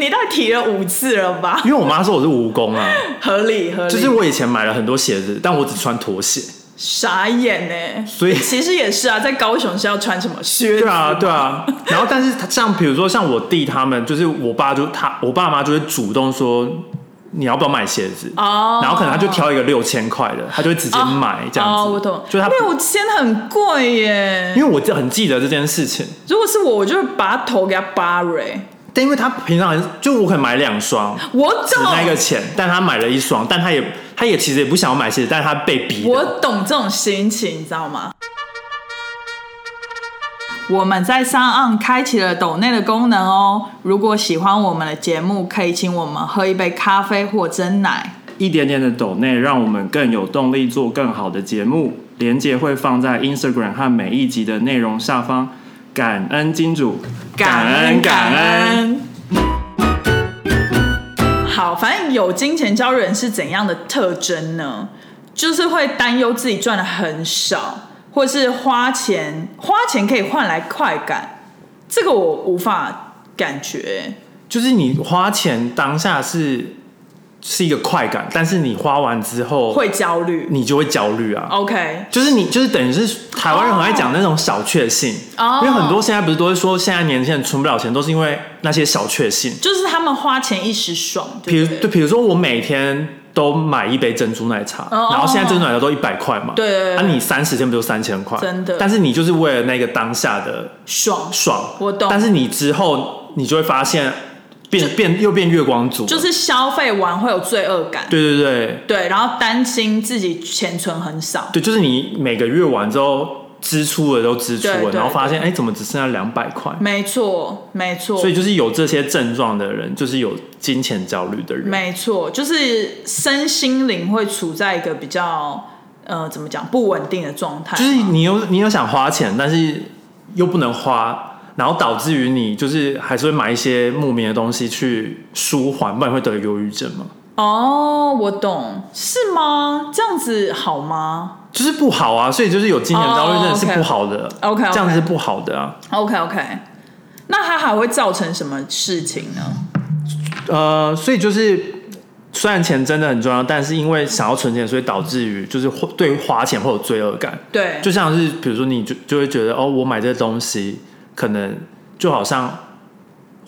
Speaker 2: 你到底提了五次了 吧？
Speaker 1: 因为我妈说我是蜈蚣啊，
Speaker 2: 合理合理，
Speaker 1: 就是我以前买了很多鞋子，但我只穿拖鞋。
Speaker 2: 傻眼呢、欸
Speaker 1: 所以
Speaker 2: 其实也是啊，在高雄是要穿什么靴子？
Speaker 1: 对 啊，对啊。然后但是他像比如说像我弟他们，就是我爸就他我爸妈就会主动说。你要不要买鞋子？
Speaker 2: 哦，
Speaker 1: 然后可能他就挑一个六千块的，他就会直接买这样子。
Speaker 2: 哦，我懂，
Speaker 1: 就是他，
Speaker 2: 六千很贵耶。
Speaker 1: 因为我记很记得这件事情，
Speaker 2: 如果是我，我就会把他头给他扒蕊。
Speaker 1: 但因为他平常很就我可能买两双，
Speaker 2: 我
Speaker 1: 只
Speaker 2: 懂，
Speaker 1: 那个钱，但他买了一双，但他也他也其实也不想要买鞋子，但是他被逼
Speaker 2: 我
Speaker 1: 的。
Speaker 2: 懂这种心情，你知道吗？我们在上岸开启了抖内的功能哦。如果喜欢我们的节目，可以请我们喝一杯咖啡或蒸奶。
Speaker 3: 一点点的抖内，让我们更有动力做更好的节目。连接会放在 Instagram 和每一集的内容下方。感恩金主，
Speaker 2: 感恩。好，反正有金钱交易人是怎样的特征呢？就是会担忧自己赚的很少，或是花钱花钱可以换来快感，这个我无法感觉欸、
Speaker 1: 就是你花钱当下是是一个快感，但是你花完之后，
Speaker 2: 会哦焦虑。
Speaker 1: 你就会焦虑啊。
Speaker 2: OK，
Speaker 1: 就是你，就是等于是台湾人很爱讲那种小确幸
Speaker 2: 哦
Speaker 1: 因为很多现在不是都会说，现在年轻人存不了钱，都是因为那些小确幸。
Speaker 2: 就是他们花钱一时爽，
Speaker 1: 比
Speaker 2: 对
Speaker 1: 如
Speaker 2: 不对，
Speaker 1: 就比如说我每天都买一杯珍珠奶茶，
Speaker 2: 哦
Speaker 1: 然后现在珍珠奶茶都一百块嘛，
Speaker 2: 对对对
Speaker 1: 那、你三十天不就三千块？
Speaker 2: 真的
Speaker 1: 但是你就是为了那个当下的
Speaker 2: 爽
Speaker 1: 爽，
Speaker 2: 我懂
Speaker 1: 但是你之后你就会发现变变又变月光族了，
Speaker 2: 就是消费完会有罪恶感，
Speaker 1: 对对对
Speaker 2: 对，然后担心自己钱存很少，
Speaker 1: 对，就是你每个月完之后支出的都支出了，
Speaker 2: 对对
Speaker 1: 然后发现哎怎么只剩下两百块？
Speaker 2: 没错，没错，
Speaker 1: 所以就是有这些症状的人，就是有金钱焦虑的人。
Speaker 2: 没错，就是身心灵会处在一个比较呃，怎么讲不稳定的状态嘛，
Speaker 1: 就是你又你又想花钱，但是又不能花，然后导致于你就是还是会买一些莫名的东西去舒缓，不然会得忧郁症嘛，
Speaker 2: 哦，我懂，是吗？这样子好吗
Speaker 1: 就是不好啊。所以就是有金钱焦虑
Speaker 2: 哦
Speaker 1: 症是
Speaker 2: OK
Speaker 1: 不好的
Speaker 2: OK，OK
Speaker 1: 这样是不好的啊。
Speaker 2: ？OK OK，那它还会造成什么事情呢？
Speaker 1: 呃，所以就是虽然钱真的很重要，但是因为想要存钱，所以导致于就是花对花钱会有罪恶感。
Speaker 2: 对，
Speaker 1: 就像是比如说你就就会觉得哦，我买这东西可能就好像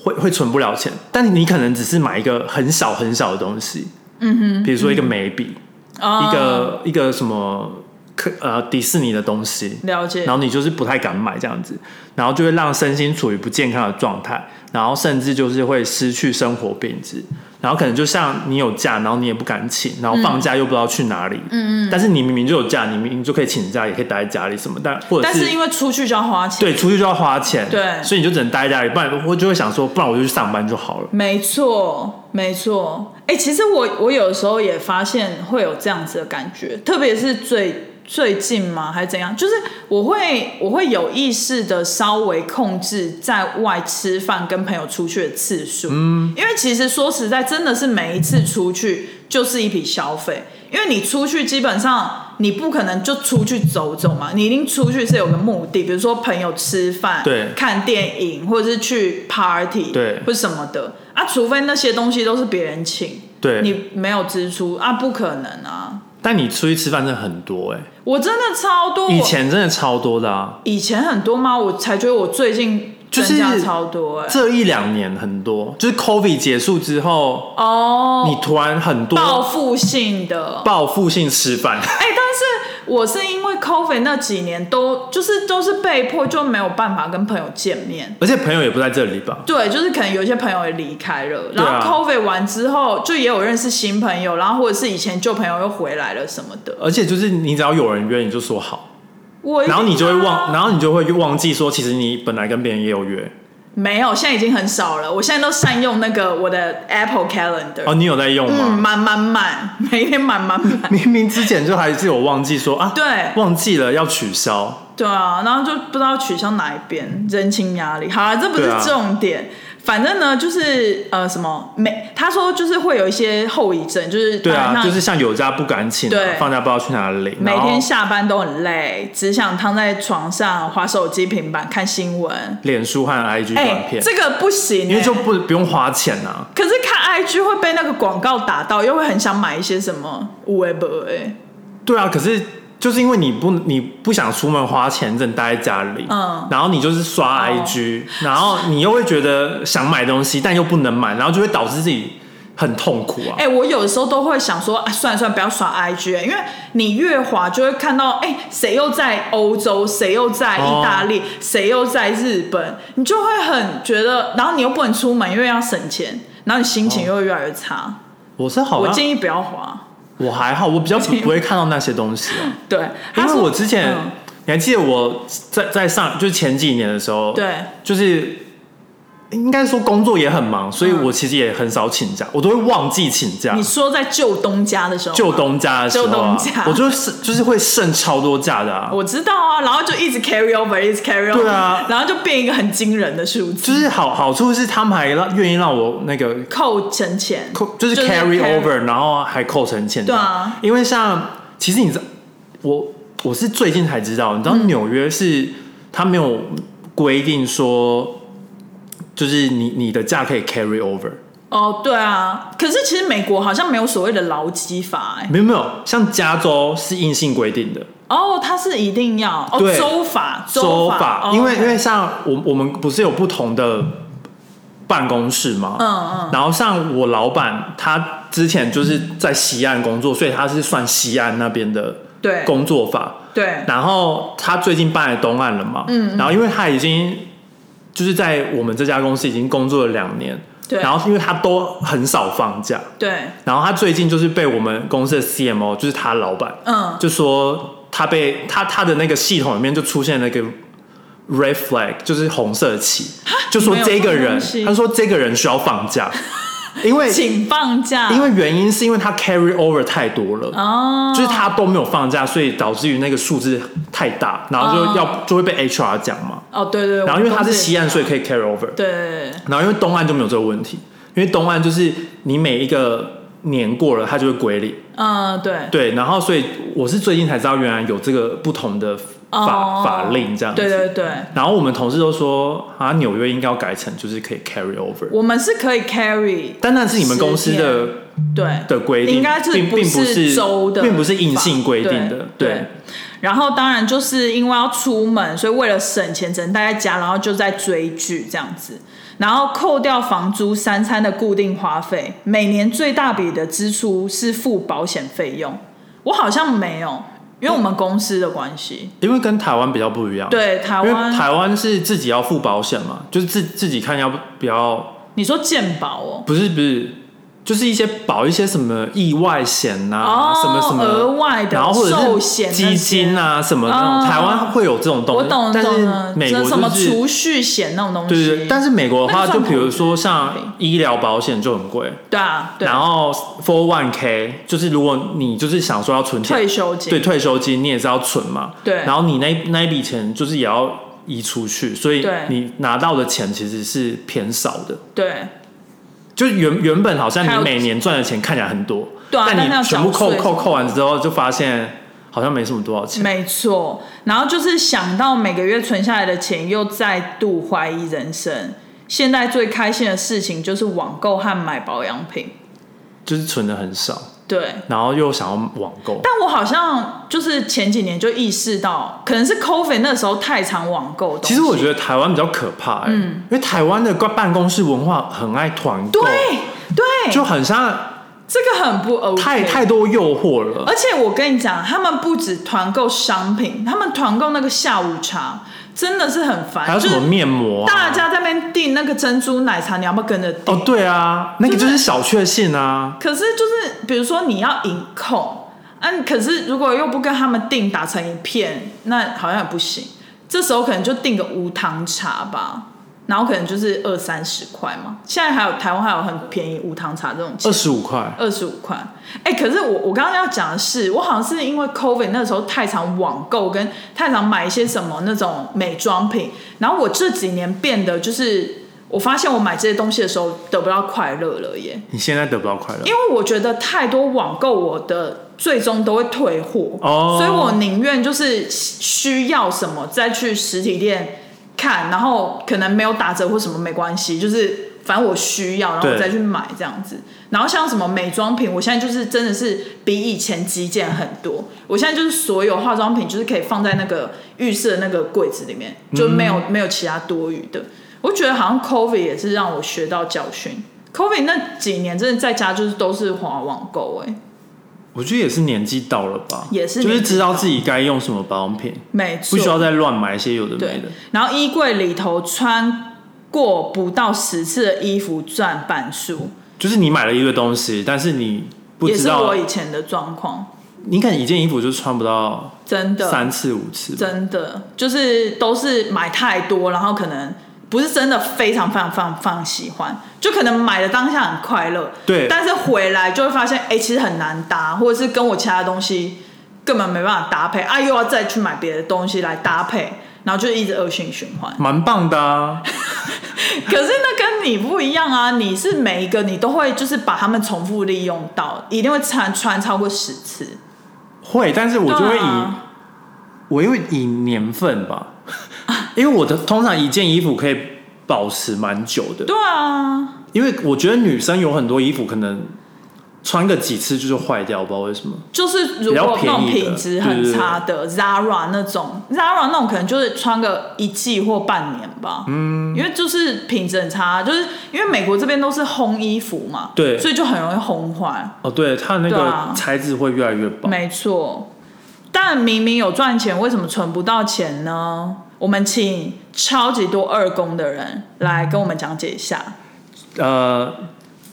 Speaker 1: 会会存不了钱，但你可能只是买一个很小很小的东西，嗯哼，比如说一个眉笔，
Speaker 2: 哦
Speaker 1: 一个一个什么可呃迪士尼的东西，
Speaker 2: 了解，
Speaker 1: 然后你就是不太敢买这样子，然后就会让身心处于不健康的状态，然后甚至就是会失去生活品质。然后可能就像你有假，然后你也不敢请，然后放假又不知道去哪里。嗯嗯。但是你明明就有假，你明明就可以请假，也可以待在家里什么，但或者
Speaker 2: 但是因为出去就要花钱，
Speaker 1: 对出去就要花钱，
Speaker 2: 对
Speaker 1: 所以你就只能待在家里。不然我就会想说，不然我就去上班就好了。
Speaker 2: 没错，没错。哎、其实我我有时候也发现会有这样子的感觉，特别是最最近嘛，还是怎样，就是我会我会有意识的稍微控制在外吃饭跟朋友出去的次数，嗯，因为其实说实在，真的是每一次出去就是一笔消费，因为你出去基本上。你不可能就出去走走嘛，你一定出去是有个目的，比如说朋友吃饭、
Speaker 1: 对
Speaker 2: 看电影，或者是去 party，
Speaker 1: 对
Speaker 2: 或什么的啊，除非那些东西都是别人请，
Speaker 1: 对，
Speaker 2: 你没有支出啊，不可能啊！
Speaker 1: 但你出去吃饭真的很多哎、
Speaker 2: 我真的超多，
Speaker 1: 以
Speaker 2: 我
Speaker 1: 前真的超多的啊，
Speaker 2: 以前很多吗？我才觉得我最近
Speaker 1: 就
Speaker 2: 增
Speaker 1: 是
Speaker 2: 加超多哎、
Speaker 1: 这一两年很多，就是 COVID 结束之后，
Speaker 2: 哦，
Speaker 1: 你突然很多
Speaker 2: 报复性的。
Speaker 1: 报复性吃饭，
Speaker 2: 哎、但是我是因为 COVID 那几年都就是都是被迫就没有办法跟朋友见面，
Speaker 1: 而且朋友也不在这里吧？
Speaker 2: 对，就是可能有一些朋友也离开了，
Speaker 1: 对
Speaker 2: 然
Speaker 1: 啊
Speaker 2: 后 COVID 完之后就也有认识新朋友，然后或者是以前旧朋友又回来了什么的，
Speaker 1: 而且就是你只要有人约，你就说好，
Speaker 2: 我啊
Speaker 1: 然后你就会忘，
Speaker 2: 然
Speaker 1: 然后你就会忘记说，其实你本来跟别人也有约。
Speaker 2: 没有，现在已经很少了。我现在都善用那个我的 Apple Calendar，、
Speaker 1: 哦，你有在用
Speaker 2: 嗯，
Speaker 1: 吗？
Speaker 2: 满满满，每天满满满。
Speaker 1: 明明之前就还是有忘记说啊，
Speaker 2: 对
Speaker 1: 忘记了要取消。
Speaker 2: 对啊，然后就不知道取消哪一边，人情压力。好了，这不是
Speaker 1: 对啊
Speaker 2: 重点。反正呢，就是呃，什么没，他说就是会有一些后遗症，就是
Speaker 1: 对啊，
Speaker 2: 晚上
Speaker 1: 就是像有家不敢请、啊
Speaker 2: 对，
Speaker 1: 放假不知道去哪里，
Speaker 2: 每
Speaker 1: 然后
Speaker 2: 天下班都很累，只想躺在床上划手机、平板看新闻。
Speaker 1: 脸书和 IG
Speaker 2: 哎、
Speaker 1: 短片，
Speaker 2: 这个不行、
Speaker 1: 因为
Speaker 2: 哎
Speaker 1: 就不不用花钱啊。
Speaker 2: 可是看 IG 会被那个广告打到，又会很想买一些什么无为不哎。
Speaker 1: 对啊，可是就是因为你不你不想出门花钱，你只能待在家里，
Speaker 2: 嗯哦
Speaker 1: 然后你就是刷 IG，、然后你又会觉得想买东西，但又不能买，然后就会导致自己很痛苦啊。
Speaker 2: 哎、我有的时候都会想说，啊、算了算了，不要刷 IG，因为你越滑就会看到，哎、谁又在欧洲，谁又
Speaker 1: 哦
Speaker 2: 在意大利，谁、又在日本，你就会很觉得，然后你又不能出门，因为要省钱，然后你心情又会越来越差。
Speaker 1: 我是好
Speaker 2: 我
Speaker 1: 像
Speaker 2: 建议不要滑。
Speaker 1: 我还好，我比较不不会看到那些东西啊、
Speaker 2: 对，
Speaker 1: 因
Speaker 2: 他
Speaker 1: 为
Speaker 2: 说
Speaker 1: 我之前、
Speaker 2: 嗯
Speaker 1: 你还记得我在在上就是前几年的时候，
Speaker 2: 对，
Speaker 1: 就是应该说工作也很忙，所以我其实也很少请假，我都会忘记请假
Speaker 2: 嗯你。说在旧东家的时候，
Speaker 1: 就东家的时候、啊
Speaker 2: 就东家，
Speaker 1: 我就是就是会剩超多假的啊，
Speaker 2: 我知道啊，然后就一直 carry over，一直 carry over，
Speaker 1: 对啊
Speaker 2: 然后就变一个很惊人的数字，
Speaker 1: 就是好好处是他们还让愿意让我那个
Speaker 2: 扣成钱，
Speaker 1: 扣就是 carry over，然后还扣成钱。
Speaker 2: 对啊，
Speaker 1: 因为像其实你知道，我我是最近才知道，你知道纽约是、它没有规定说，就是你你的假可以 carry over，
Speaker 2: 哦，对啊，可是其实美国好像没有所谓的劳基法、哎，
Speaker 1: 没有没有，像加州是硬性规定的
Speaker 2: 哦，它是一定要哦，
Speaker 1: 对
Speaker 2: 州法，
Speaker 1: 州
Speaker 2: 法，
Speaker 1: 法，
Speaker 2: 哦
Speaker 1: 因为
Speaker 2: OK
Speaker 1: 因为像我我们不是有不同的办公室吗？
Speaker 2: 嗯嗯，
Speaker 1: 然后像我老板，他之前就是在西岸工作，所以他是算西岸那边的
Speaker 2: 对
Speaker 1: 工作法。
Speaker 2: 对，
Speaker 1: 然后他最近搬来东岸了嘛，嗯，然后因为他已经就是在我们这家公司已经工作了两年，
Speaker 2: 对
Speaker 1: 然后因为他都很少放假，
Speaker 2: 对，
Speaker 1: 然后他最近就是被我们公司的 CMO，就是他老板，
Speaker 2: 嗯
Speaker 1: 就说他被他他的那个系统里面就出现那个 red flag，就是红色旗，就说
Speaker 2: 没有
Speaker 1: 这个
Speaker 2: 这种
Speaker 1: 人
Speaker 2: 东，西
Speaker 1: 他说这个人需要放 假，因为
Speaker 2: 请放假，
Speaker 1: 因为原因是因为他 carry over 太多了，
Speaker 2: 哦，
Speaker 1: 就是他都没有放假，所以导致于那个数字太大，然后就要、就会被 HR 讲嘛。
Speaker 2: 哦，对对，
Speaker 1: 然后因为他是西岸，所以
Speaker 2: 以
Speaker 1: 可以 carry over。
Speaker 2: 对啊对对
Speaker 1: 然后因为东岸就没有这个问题，因为东岸就是你每一个年过了，它就会归零。
Speaker 2: 嗯，对
Speaker 1: 对，然后所以我是最近才知道，原来有这个不同的法、
Speaker 2: 哦
Speaker 1: 法令这样子。
Speaker 2: 对对对，
Speaker 1: 然后我们同事都说，啊，纽约应该要改成就是可以 carry over，
Speaker 2: 我们是可以 carry，
Speaker 1: 但那是你们公司
Speaker 2: 10
Speaker 1: 的
Speaker 2: 对
Speaker 1: 的规定，
Speaker 2: 应该是
Speaker 1: 并并不
Speaker 2: 是州的，
Speaker 1: 并不是硬性规定的。
Speaker 2: 对。对然后当然就是因为要出门，所以为了省钱，只能待在家，然后就在追剧这样子。然后扣掉房租、三餐的固定花费，每年最大笔的支出是付保险费用。我好像没有，因为我们公司的关系。
Speaker 1: 因为跟台湾比较不一样。
Speaker 2: 对台
Speaker 1: 因为
Speaker 2: 湾，
Speaker 1: 台湾是自己要付保险嘛，就是自自己看要不不要，
Speaker 2: 你说健保哦，
Speaker 1: 不是不是，就是一些保一些什么意外险呐、啊
Speaker 2: 哦
Speaker 1: 什么什么
Speaker 2: 额外的
Speaker 1: 然后或
Speaker 2: 寿
Speaker 1: 者是
Speaker 2: 险
Speaker 1: 基金啊什么那
Speaker 2: 哦
Speaker 1: 种，台湾会有这种东
Speaker 2: 我
Speaker 1: 西，
Speaker 2: 懂
Speaker 1: 但
Speaker 2: 懂了
Speaker 1: 是，美国
Speaker 2: 这什么
Speaker 1: 就是
Speaker 2: 储蓄险那种东西。
Speaker 1: 对对对，但是美国的话，
Speaker 2: 那
Speaker 1: 就
Speaker 2: 算
Speaker 1: 比如
Speaker 2: 投资
Speaker 1: 说像医疗保险就很贵，
Speaker 2: 对啊，对
Speaker 1: 然后 Four One K 就是如果你就是想说要存钱，
Speaker 2: 退休金
Speaker 1: 对退休金你也是要存嘛，
Speaker 2: 对
Speaker 1: 然后你那那一笔钱就是也要移出去，所以
Speaker 2: 对
Speaker 1: 你拿到的钱其实是偏少的。
Speaker 2: 对
Speaker 1: 就原原本好像
Speaker 2: 还
Speaker 1: 你
Speaker 2: 有
Speaker 1: 每年赚的钱看起来很多，
Speaker 2: 对啊但是
Speaker 1: 但
Speaker 2: 要
Speaker 1: 你全部
Speaker 2: 缴
Speaker 1: 扣
Speaker 2: 税
Speaker 1: 扣
Speaker 2: 什么
Speaker 1: 扣完之后，就发现好像没什么多少钱。
Speaker 2: 没错，然后就是想到每个月存下来的钱，又再度怀疑人生。现在最开心的事情就是网购和买保养品。
Speaker 1: 就是存的很少，
Speaker 2: 对，
Speaker 1: 然后又想要网购，
Speaker 2: 但我好像就是前几年就意识到，可能是 COVID 那时候太常网购东西。
Speaker 1: 其实我觉得台湾比较可怕、欸，嗯，因为台湾的办公室文化很爱团购，
Speaker 2: 对对，
Speaker 1: 就很像
Speaker 2: 这个很不 OK。
Speaker 1: 太太多诱惑了，
Speaker 2: 而且我跟你讲，他们不止团购商品，他们团购那个下午茶真的是很烦，
Speaker 1: 还有什么
Speaker 2: 就是
Speaker 1: 面膜、啊，
Speaker 2: 大家在那边订那个珍珠奶茶，你要不要跟着订？
Speaker 1: 哦，对啊，那个
Speaker 2: 真
Speaker 1: 就
Speaker 2: 的
Speaker 1: 是小确幸啊，
Speaker 2: 可是就是比如说你要饮控，嗯、可是如果又不跟他们订打成一片，那好像也不行。这时候可能就订个无糖茶吧，然后可能就是二三十块嘛。现在还有台湾还有很便宜无糖茶这种
Speaker 1: 二
Speaker 2: 钱。
Speaker 1: 十五块，
Speaker 2: 二十五块，哎、可是我我刚刚要讲的是，我好像是因为 COVID 那时候太常网购跟太常买一些什么那种美妆品，然后我这几年变得就是，我发现我买这些东西的时候得不到快乐了耶。
Speaker 1: 你现在得不到快乐
Speaker 2: 因，为我觉得太多网购，我的最终都会退货，
Speaker 1: 哦
Speaker 2: 所以我宁愿就是需要什么再去实体店看，然后可能没有打折或什么没关系，就是反正我需要，然后我
Speaker 1: 对
Speaker 2: 再去买这样子。然后像什么美妆品，我现在就是真的是比以前极简很多。我现在就是所有化妆品就是可以放在那个浴室的那个柜子里面，
Speaker 1: 嗯
Speaker 2: 就没有、没有其他多余的。我觉得好像 COVID 也是让我学到教训 COVID 那几年真的在家就是都是滑网购哎、
Speaker 1: 我觉得也是年纪到了吧，
Speaker 2: 也是
Speaker 1: 就是
Speaker 2: 年纪
Speaker 1: 知道
Speaker 2: 到
Speaker 1: 自己该用什么保养品，
Speaker 2: 没错，
Speaker 1: 不需要再乱买一些有的没
Speaker 2: 对
Speaker 1: 的。，
Speaker 2: 然后衣柜里头穿过不到十次的衣服占半数，
Speaker 1: 就是你买了一堆东西，但是你不
Speaker 2: 也
Speaker 1: 知
Speaker 2: 是
Speaker 1: 道
Speaker 2: 我，以前的状况，
Speaker 1: 你可能一件衣服就穿不到
Speaker 2: 真的，
Speaker 1: 三次五次吧。
Speaker 2: 真的就是都是买太多，然后可能不是真的非常非常非常非常喜欢，就可能买的当下很快乐，
Speaker 1: 对
Speaker 2: 但是回来就会发现，哎、其实很难搭，或者是跟我其他东西根本没办法搭配，啊，又要再去买别的东西来搭配，然后就一直恶性循环。
Speaker 1: 蛮棒的啊，
Speaker 2: 可是那跟你不一样啊，你是每一个你都会就是把它们重复利用到，一定会穿穿超过十次。
Speaker 1: 会，但是我就会
Speaker 2: 对
Speaker 1: 以、
Speaker 2: 啊
Speaker 1: 我因为以年份吧， 因为我的通常一件衣服可以保持蛮久的，
Speaker 2: 对啊，
Speaker 1: 因为我觉得女生有很多衣服可能穿个几次就是坏掉，不知道为什么。
Speaker 2: 就是如果那种品质很差的 Zara 那种，Zara 那种可能就是穿个一季或半年吧，嗯，因为就是品质很差，就是因为美国这边都是烘衣服嘛，
Speaker 1: 对
Speaker 2: 所以就很容易烘坏，
Speaker 1: 哦，对，它那
Speaker 2: 对
Speaker 1: 个
Speaker 2: 啊
Speaker 1: 材质会越来越薄。
Speaker 2: 没错。但明明有赚钱，为什么存不到钱呢？我们请超级多二宫的人来跟我们讲解一下。
Speaker 1: 呃，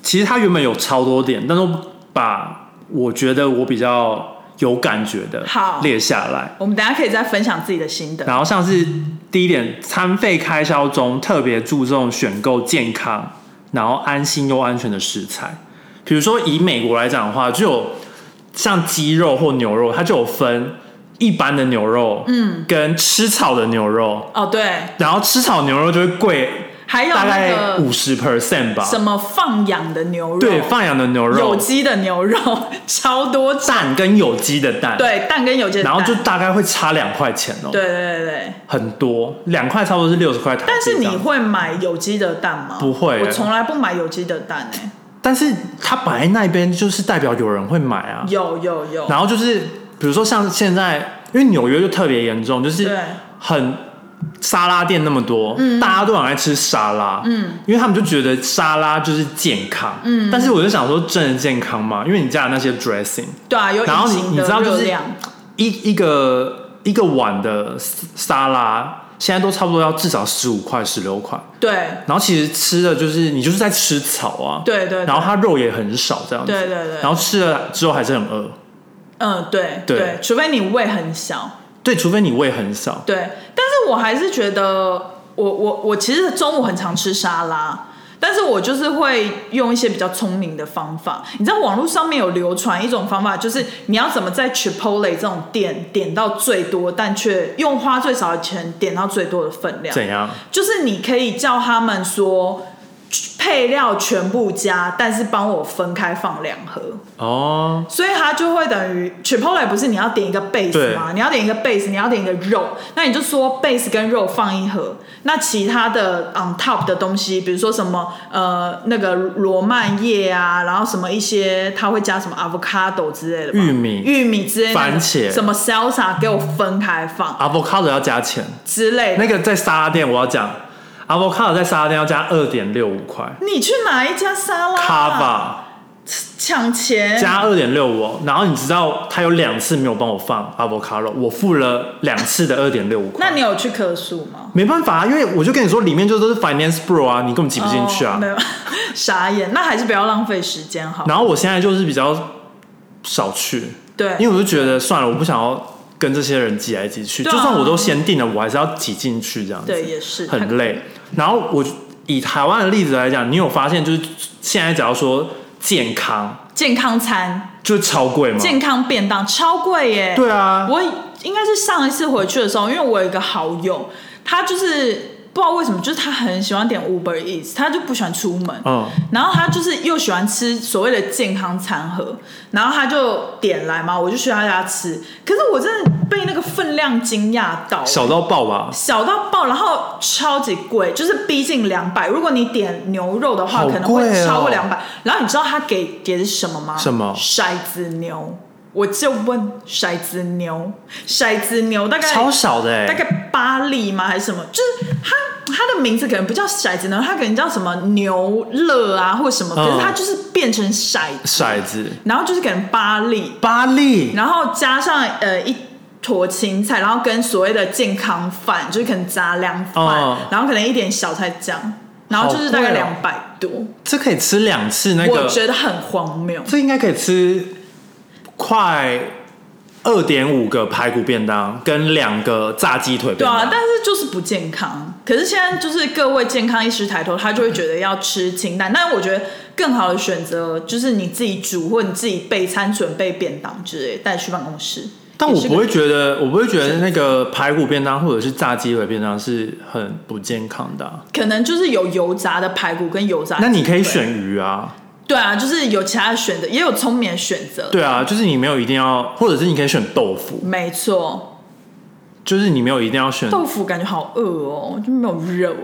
Speaker 1: 其实它原本有超多点，但是我把我觉得我比较有感觉的
Speaker 2: 好
Speaker 1: 列下来。
Speaker 2: 我们等一下可以再分享自己的心得。
Speaker 1: 然后像是第一点，餐费开销中特别注重选购健康，然后安心又安全的食材。比如说以美国来讲的话，就有像鸡肉或牛肉，它就有分一般的牛肉，嗯，跟吃草的牛肉。
Speaker 2: 哦，对，
Speaker 1: 然后吃草牛肉就会贵
Speaker 2: 还有
Speaker 1: 大
Speaker 2: 那
Speaker 1: 概
Speaker 2: 个
Speaker 1: 五十 percent 吧，
Speaker 2: 什么放养的牛肉，
Speaker 1: 对，放养的牛
Speaker 2: 有
Speaker 1: 肉，
Speaker 2: 机的 牛肉超多种，
Speaker 1: 蛋跟有机的蛋，，
Speaker 2: 对，蛋跟有机的
Speaker 1: 然
Speaker 2: 蛋，
Speaker 1: 后就大概会差两块钱哦，
Speaker 2: 对对对对。
Speaker 1: 很多，两块差不多是六十块台币
Speaker 2: 但是
Speaker 1: 这
Speaker 2: 你
Speaker 1: 样子，
Speaker 2: 会买有机的蛋吗？
Speaker 1: 不会
Speaker 2: 我从来不买有机的蛋欸诶、
Speaker 1: 但是它摆在那边就是代表有人会买啊，
Speaker 2: 有有有，
Speaker 1: 然后就是比如说像现在，因为纽约就特别严重，就是
Speaker 2: 对
Speaker 1: 很。沙拉店那么多，大家都很爱吃沙拉，嗯，因为他们就觉得沙拉就是健康，嗯，但是我就想说，真的健康吗？因为你加的那些 dressing，
Speaker 2: 对啊，有
Speaker 1: 然后
Speaker 2: 隐
Speaker 1: 你
Speaker 2: 形
Speaker 1: 你知道
Speaker 2: 的
Speaker 1: 就
Speaker 2: 热
Speaker 1: 是
Speaker 2: 量，
Speaker 1: 一一个一个碗的沙拉，现在都差不多要至少十五块、十六块。
Speaker 2: 对
Speaker 1: 然后其实吃的就是你就是在吃草啊，
Speaker 2: 对对，对
Speaker 1: 然后它肉也很少这样子，
Speaker 2: 对对对
Speaker 1: 然后吃了之后还是很饿，
Speaker 2: 嗯对
Speaker 1: 对
Speaker 2: 对，除非你胃很小，
Speaker 1: 对，除非你胃很少，
Speaker 2: 对，但是我还是觉得我我我其实中午很常吃沙拉。但是我就是会用一些比较聪明的方法，你知道网络上面有流传一种方法，就是你要怎么在 Chipotle 这种店点到最多，但却用花最少的钱点到最多的分量。
Speaker 1: 怎样？
Speaker 2: 就是你可以叫他们说配料全部加，但是帮我分开放两盒。
Speaker 1: 哦，
Speaker 2: 所以它就会等于 Chipotle 不是你要点一个
Speaker 1: 对
Speaker 2: base 吗？你要点一个 base，你要点一个肉，那你就说 base 跟肉放一盒，那其他的 on top 的东西，比如说什么呃那个罗曼叶啊，然后什么一些它会加什么 avocado 之类的吧，
Speaker 1: 玉米
Speaker 2: 玉米之类的，
Speaker 1: 番茄
Speaker 2: 什么 salsa 给我分开放
Speaker 1: avocado 要加钱，
Speaker 2: 之类的。
Speaker 1: 那个在沙拉店我要讲，avocado 在沙拉店要加二点六五块
Speaker 2: 你去哪一家沙拉、
Speaker 1: ，cover。
Speaker 2: 抢钱？
Speaker 1: 加二点六五，然后你知道他有两次没有帮我放 avocado，我付了两次的二点六五块。
Speaker 2: 那你有去棵树吗？
Speaker 1: 没办法啊，因为我就跟你说，里面就都是 finance bro 啊，你根本挤不进去啊。
Speaker 2: 哦没有， 傻眼。那还是不要浪费时间好。
Speaker 1: 然后我现在就是比较少去，
Speaker 2: 对，
Speaker 1: 因为我就觉得算了，我不想要跟这些人挤来挤去，
Speaker 2: 对
Speaker 1: 就
Speaker 2: 啊
Speaker 1: 算我都先定了，我还是要挤进去这样子。
Speaker 2: 对也是太
Speaker 1: 很累。然后我以台湾的例子来讲，你有发现就是现在只要说健康，
Speaker 2: 健康餐、
Speaker 1: 就超贵吗？
Speaker 2: 健康便当超贵耶。
Speaker 1: 对啊，
Speaker 2: 我应该是上一次回去的时候，因为我有一个好友，他就是。不知道为什么，就是他很喜欢点 Uber Eats，他就不喜欢出门，
Speaker 1: 嗯
Speaker 2: 然后他就是又喜欢吃所谓的健康餐盒，然后他就点来嘛，我就去他家吃，可是我真的被那个分量惊讶到，
Speaker 1: 小到爆吧，
Speaker 2: 小到爆，然后超级贵，就是逼近两百。如果你点牛肉的话，
Speaker 1: 好贵哦
Speaker 2: 可能会超过两百。然后你知道他给给的是什么吗？
Speaker 1: 什么
Speaker 2: 骰子牛？我就问骰子牛，骰子牛大概
Speaker 1: 超少的哎、
Speaker 2: 大概八粒吗？还是什么？就是它它的名字可能不叫骰子呢，它可能叫什么牛乐啊，或什么，可
Speaker 1: 嗯
Speaker 2: 是它就是变成骰子，
Speaker 1: 骰子、
Speaker 2: 然后就是可能八粒，
Speaker 1: 巴力，
Speaker 2: 然后加上呃一坨青菜，然后跟所谓的健康饭，就是可能杂粮饭，
Speaker 1: 哦
Speaker 2: 然后可能一点小菜酱，然后就是大概
Speaker 1: 好贵哦
Speaker 2: 两百多，
Speaker 1: 这可以吃两次那个
Speaker 2: 我，觉得很荒谬。
Speaker 1: 这应该可以吃快二点五个排骨便当跟两个炸鸡腿
Speaker 2: 对
Speaker 1: 便
Speaker 2: 啊
Speaker 1: 当，，
Speaker 2: 但是就是不健康。可是现在就是各位健康意识抬头，他就会觉得要吃清淡。但我觉得更好的选择就是你自己煮，或你自己备餐准备便当之类带去办公室。
Speaker 1: 但我
Speaker 2: 也是
Speaker 1: 不
Speaker 2: 个
Speaker 1: 会觉得，我不会觉得那个排骨便当或者是炸鸡腿便当是很不健康的啊、
Speaker 2: 可能就是有油炸的排骨跟油炸鸡腿，
Speaker 1: 那你可以选鱼啊，
Speaker 2: 对啊，就是有其他的选择，也有聪明的选择。
Speaker 1: 对啊，就是你没有一定要，或者是你可以选豆腐，
Speaker 2: 没错，
Speaker 1: 就是你没有一定要选，
Speaker 2: 豆腐感觉好饿哦，就没有肉。
Speaker 1: 哦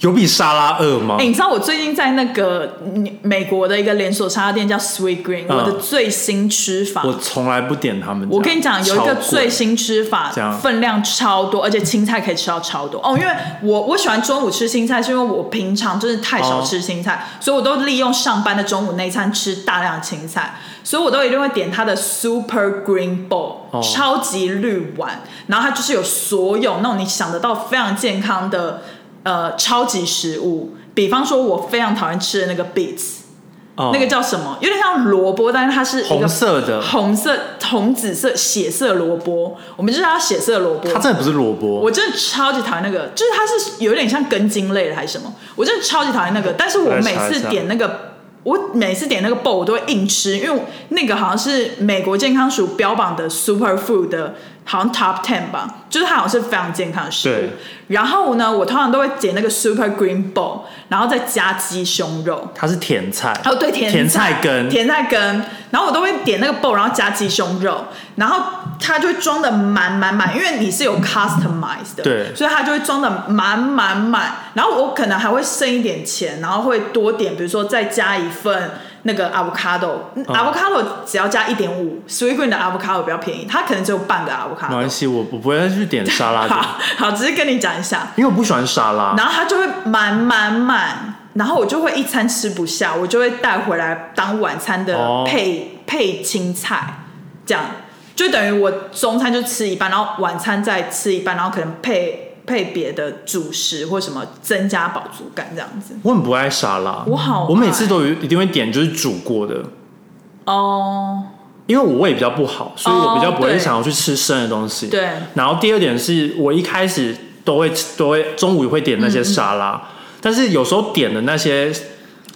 Speaker 1: 有比沙拉饿吗
Speaker 2: 哎、？你知道我最近在那个嗯美国的一个连锁沙拉店叫 Sweet Green，、
Speaker 1: 嗯
Speaker 2: 我的最新吃法，
Speaker 1: 我从来不点他们家。
Speaker 2: 我跟你讲，有一
Speaker 1: 超
Speaker 2: 个
Speaker 1: 贵
Speaker 2: 最新吃法
Speaker 1: 这样，
Speaker 2: 分量超多，而且青菜可以吃到超多哦。因为我我喜欢中午吃青菜，是因为我平常真的太少吃青
Speaker 1: 哦
Speaker 2: 菜，所以我都利用上班的中午那一餐吃大量的青菜，所以我都一定会点它的 Super Green Bowl，、
Speaker 1: 哦
Speaker 2: 超级绿碗，然后它就是有所有那种你想得到非常健康的呃超级食物，比方说我非常讨厌吃的那个 beets。
Speaker 1: 哦
Speaker 2: 那个叫什么？有点像萝卜，但是它是一
Speaker 1: 红
Speaker 2: 个
Speaker 1: 色的
Speaker 2: 红色、红紫色、血色萝卜。我们就叫它血色萝卜。
Speaker 1: 它真的不是萝卜
Speaker 2: 我，真的超级讨厌那个，就是它是有点像根茎类的还是什么，我真的超级讨厌那个。但是我
Speaker 1: 我来
Speaker 2: 每
Speaker 1: 查一
Speaker 2: 次
Speaker 1: 下
Speaker 2: 点那个，我每次点那个 bowl 我都会硬吃，因为那个好像是美国健康署标榜的 super food 的，好像 top ten 吧，就是它好像是非常健康的食
Speaker 1: 对
Speaker 2: 物。然后呢，我通常都会点那个 super green bowl，然后再加鸡胸肉。
Speaker 1: 它是甜菜。
Speaker 2: 哦，对，甜
Speaker 1: 甜
Speaker 2: 菜
Speaker 1: 菜根
Speaker 2: 甜菜根，然后我都会点那个 bowl，然后加鸡胸肉，然后它就会装的满满满，因为你是有 customize 的，
Speaker 1: 对
Speaker 2: 所以它就会装的满满满。然后我可能还会剩一点钱，然后会多点，比如说再加一份那个
Speaker 1: 哦
Speaker 2: avocado，avocado、只要加一点五，sweet green 的 avocado 比较便宜，它可能只有半个
Speaker 1: 没关
Speaker 2: avocado。
Speaker 1: 系，我我不会去点沙拉的，
Speaker 2: 好，好，只是跟你讲一下，
Speaker 1: 因为我不喜欢沙拉。
Speaker 2: 然后它就会满满满，然后我就会一餐吃不下，我就会带回来当晚餐的
Speaker 1: 哦
Speaker 2: 配、配青菜，这样就等于我中餐就吃一半，然后晚餐再吃一半，然后可能配配别的主食或什么增加饱足感这样子。
Speaker 1: 我很不爱沙拉，
Speaker 2: 我好
Speaker 1: 我每次
Speaker 2: 爱
Speaker 1: 都有一定会点就是煮过的，
Speaker 2: 哦、
Speaker 1: 因为我胃比较不好，所以我比较不
Speaker 2: 哦
Speaker 1: 会
Speaker 2: 对
Speaker 1: 想要去吃生的东西。
Speaker 2: 哦对
Speaker 1: 然后第二点是我一开始都会吃都会中午会点那些沙拉，但是有时候点的那些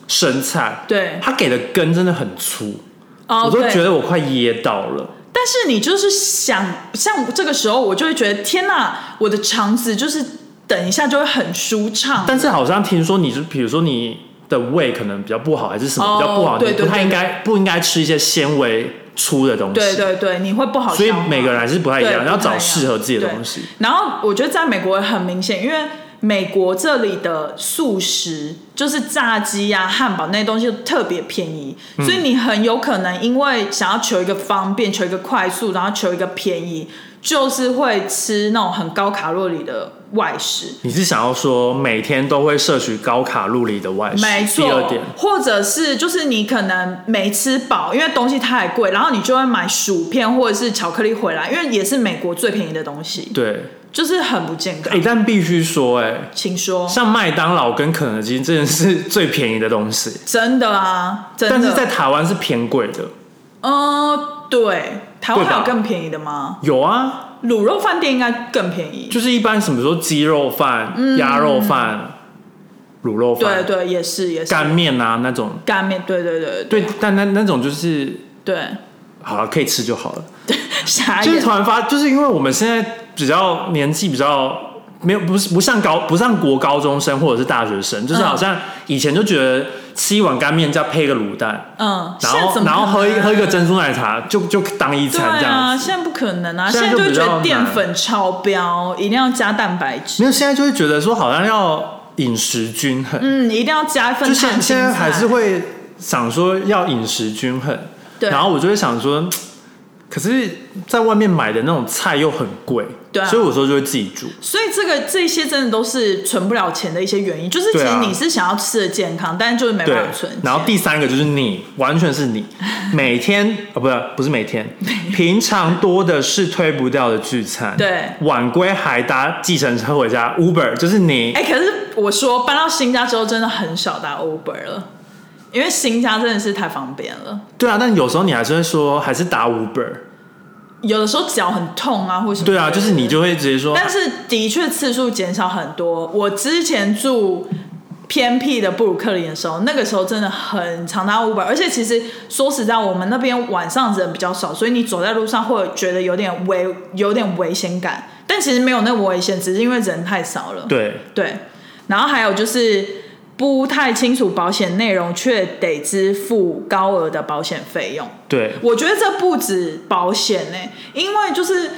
Speaker 1: 生菜，
Speaker 2: 对
Speaker 1: 它给的根真的很粗，
Speaker 2: 哦，
Speaker 1: 我都
Speaker 2: 对
Speaker 1: 觉得我快噎到了。
Speaker 2: 但是你就是想，像这个时候，我就会觉得天哪，我的肠子就是等一下就会很舒畅。
Speaker 1: 但是好像听说你是，比如说你的胃可能比较不好，还是什么比较不好，
Speaker 2: 哦对
Speaker 1: 你
Speaker 2: 对
Speaker 1: 不太
Speaker 2: 对
Speaker 1: 应该不应该吃一些纤维粗的东西。
Speaker 2: 对对对，你会不好消化。
Speaker 1: 所以每个人还是不太一
Speaker 2: 对
Speaker 1: 样，要
Speaker 2: 不太
Speaker 1: 找
Speaker 2: 一样
Speaker 1: 适合自己的
Speaker 2: 对
Speaker 1: 东西。
Speaker 2: 然后我觉得在美国很明显，因为美国这里的素食就是炸鸡啊、汉堡那些东西特别便宜，
Speaker 1: 嗯
Speaker 2: 所以你很有可能因为想要求一个方便、求一个快速，然后求一个便宜，就是会吃那种很高卡路里的外食。
Speaker 1: 你是想要说每天都会摄取高卡路里的外食？
Speaker 2: 没
Speaker 1: 呃第二
Speaker 2: 错
Speaker 1: 点，，
Speaker 2: 或者是就是你可能没吃饱，因为东西太贵，然后你就会买薯片或者是巧克力回来，因为也是美国最便宜的东西，
Speaker 1: 对，
Speaker 2: 就是很不健
Speaker 1: 哎、
Speaker 2: 康。
Speaker 1: 但必须说、哎，
Speaker 2: 请说。
Speaker 1: 像麦当劳跟肯德基真的是最便宜的东西，
Speaker 2: 真的啊，真的。
Speaker 1: 但是在台湾是偏贵的。
Speaker 2: 呃，对，台
Speaker 1: 对
Speaker 2: 湾
Speaker 1: 吧
Speaker 2: 还有更便宜的吗？
Speaker 1: 有啊，
Speaker 2: 卤肉饭店应该更便宜。
Speaker 1: 就是一般什么说鸡肉饭、鸭、肉饭、卤肉
Speaker 2: 嗯对
Speaker 1: 饭、
Speaker 2: 对，也是也是
Speaker 1: 干面啊那种，
Speaker 2: 干面，对对对
Speaker 1: 对，但那那种就是
Speaker 2: 对，
Speaker 1: 好了，可以吃就好了。
Speaker 2: 傻
Speaker 1: 就是
Speaker 2: 眼
Speaker 1: 突。然发，就是因为我们现在比较年纪比较没有，不是不像高不像国高中生或者是大学生，就是
Speaker 2: 嗯
Speaker 1: 好像以前就觉得吃一碗干面再配一个卤蛋，
Speaker 2: 嗯，
Speaker 1: 然
Speaker 2: 现在
Speaker 1: 后
Speaker 2: 怎么
Speaker 1: 然后喝一
Speaker 2: 可能
Speaker 1: 喝一个珍珠奶茶就就当一
Speaker 2: 对
Speaker 1: 餐这
Speaker 2: 啊，
Speaker 1: 样子。
Speaker 2: 现在不可能啊！
Speaker 1: 现
Speaker 2: 现
Speaker 1: 在
Speaker 2: 在
Speaker 1: 就
Speaker 2: 就会
Speaker 1: 比
Speaker 2: 觉
Speaker 1: 较
Speaker 2: 得
Speaker 1: 难
Speaker 2: 淀粉超标，一定要加蛋白
Speaker 1: 没
Speaker 2: 质。
Speaker 1: 有，现在就会觉得说好像要饮食均衡，
Speaker 2: 嗯，一定要加一份
Speaker 1: 就
Speaker 2: 碳
Speaker 1: 现
Speaker 2: 青
Speaker 1: 现在
Speaker 2: 菜
Speaker 1: 还是会想说要饮食均衡，
Speaker 2: 对
Speaker 1: 然后我就会想说。可是在外面买的那种菜又很贵，
Speaker 2: 对啊
Speaker 1: 所以有时候就会自己煮。
Speaker 2: 所以这个这些真的都是存不了钱的一些原因，就是其
Speaker 1: 对
Speaker 2: 实
Speaker 1: 啊
Speaker 2: 你是想要吃的健康，但是就是没
Speaker 1: 对
Speaker 2: 办法存钱。，
Speaker 1: 然后第三个就是你，完全是 你，每天啊、不是不是每天，平常多的是推不掉的聚餐，
Speaker 2: 对
Speaker 1: 晚归还搭计程车回家，Uber 就是你，
Speaker 2: 哎、可是我说搬到新家之后，真的很少搭 Uber 了，因为新家真的是太方便了，
Speaker 1: 对啊，但有时候你还是会说还是打 Uber，
Speaker 2: 有的时候脚很痛啊，或什么。
Speaker 1: 对啊，就是你。就会直接说，
Speaker 2: 但是的确次数减少很多。我之前住偏僻的布鲁克林的时候，那个时候真的很常搭 Uber，而且其实说实在，我们那边晚上人比较少，所以你走在路上会觉得有点危，有点危险感。但其实没有那个危险，只是因为人太少了。
Speaker 1: 对，
Speaker 2: 对，然后还有就是不太清楚保险内容，却得支付高额的保险费用。
Speaker 1: 对，
Speaker 2: 我觉得这不止保险呢、欸因为就是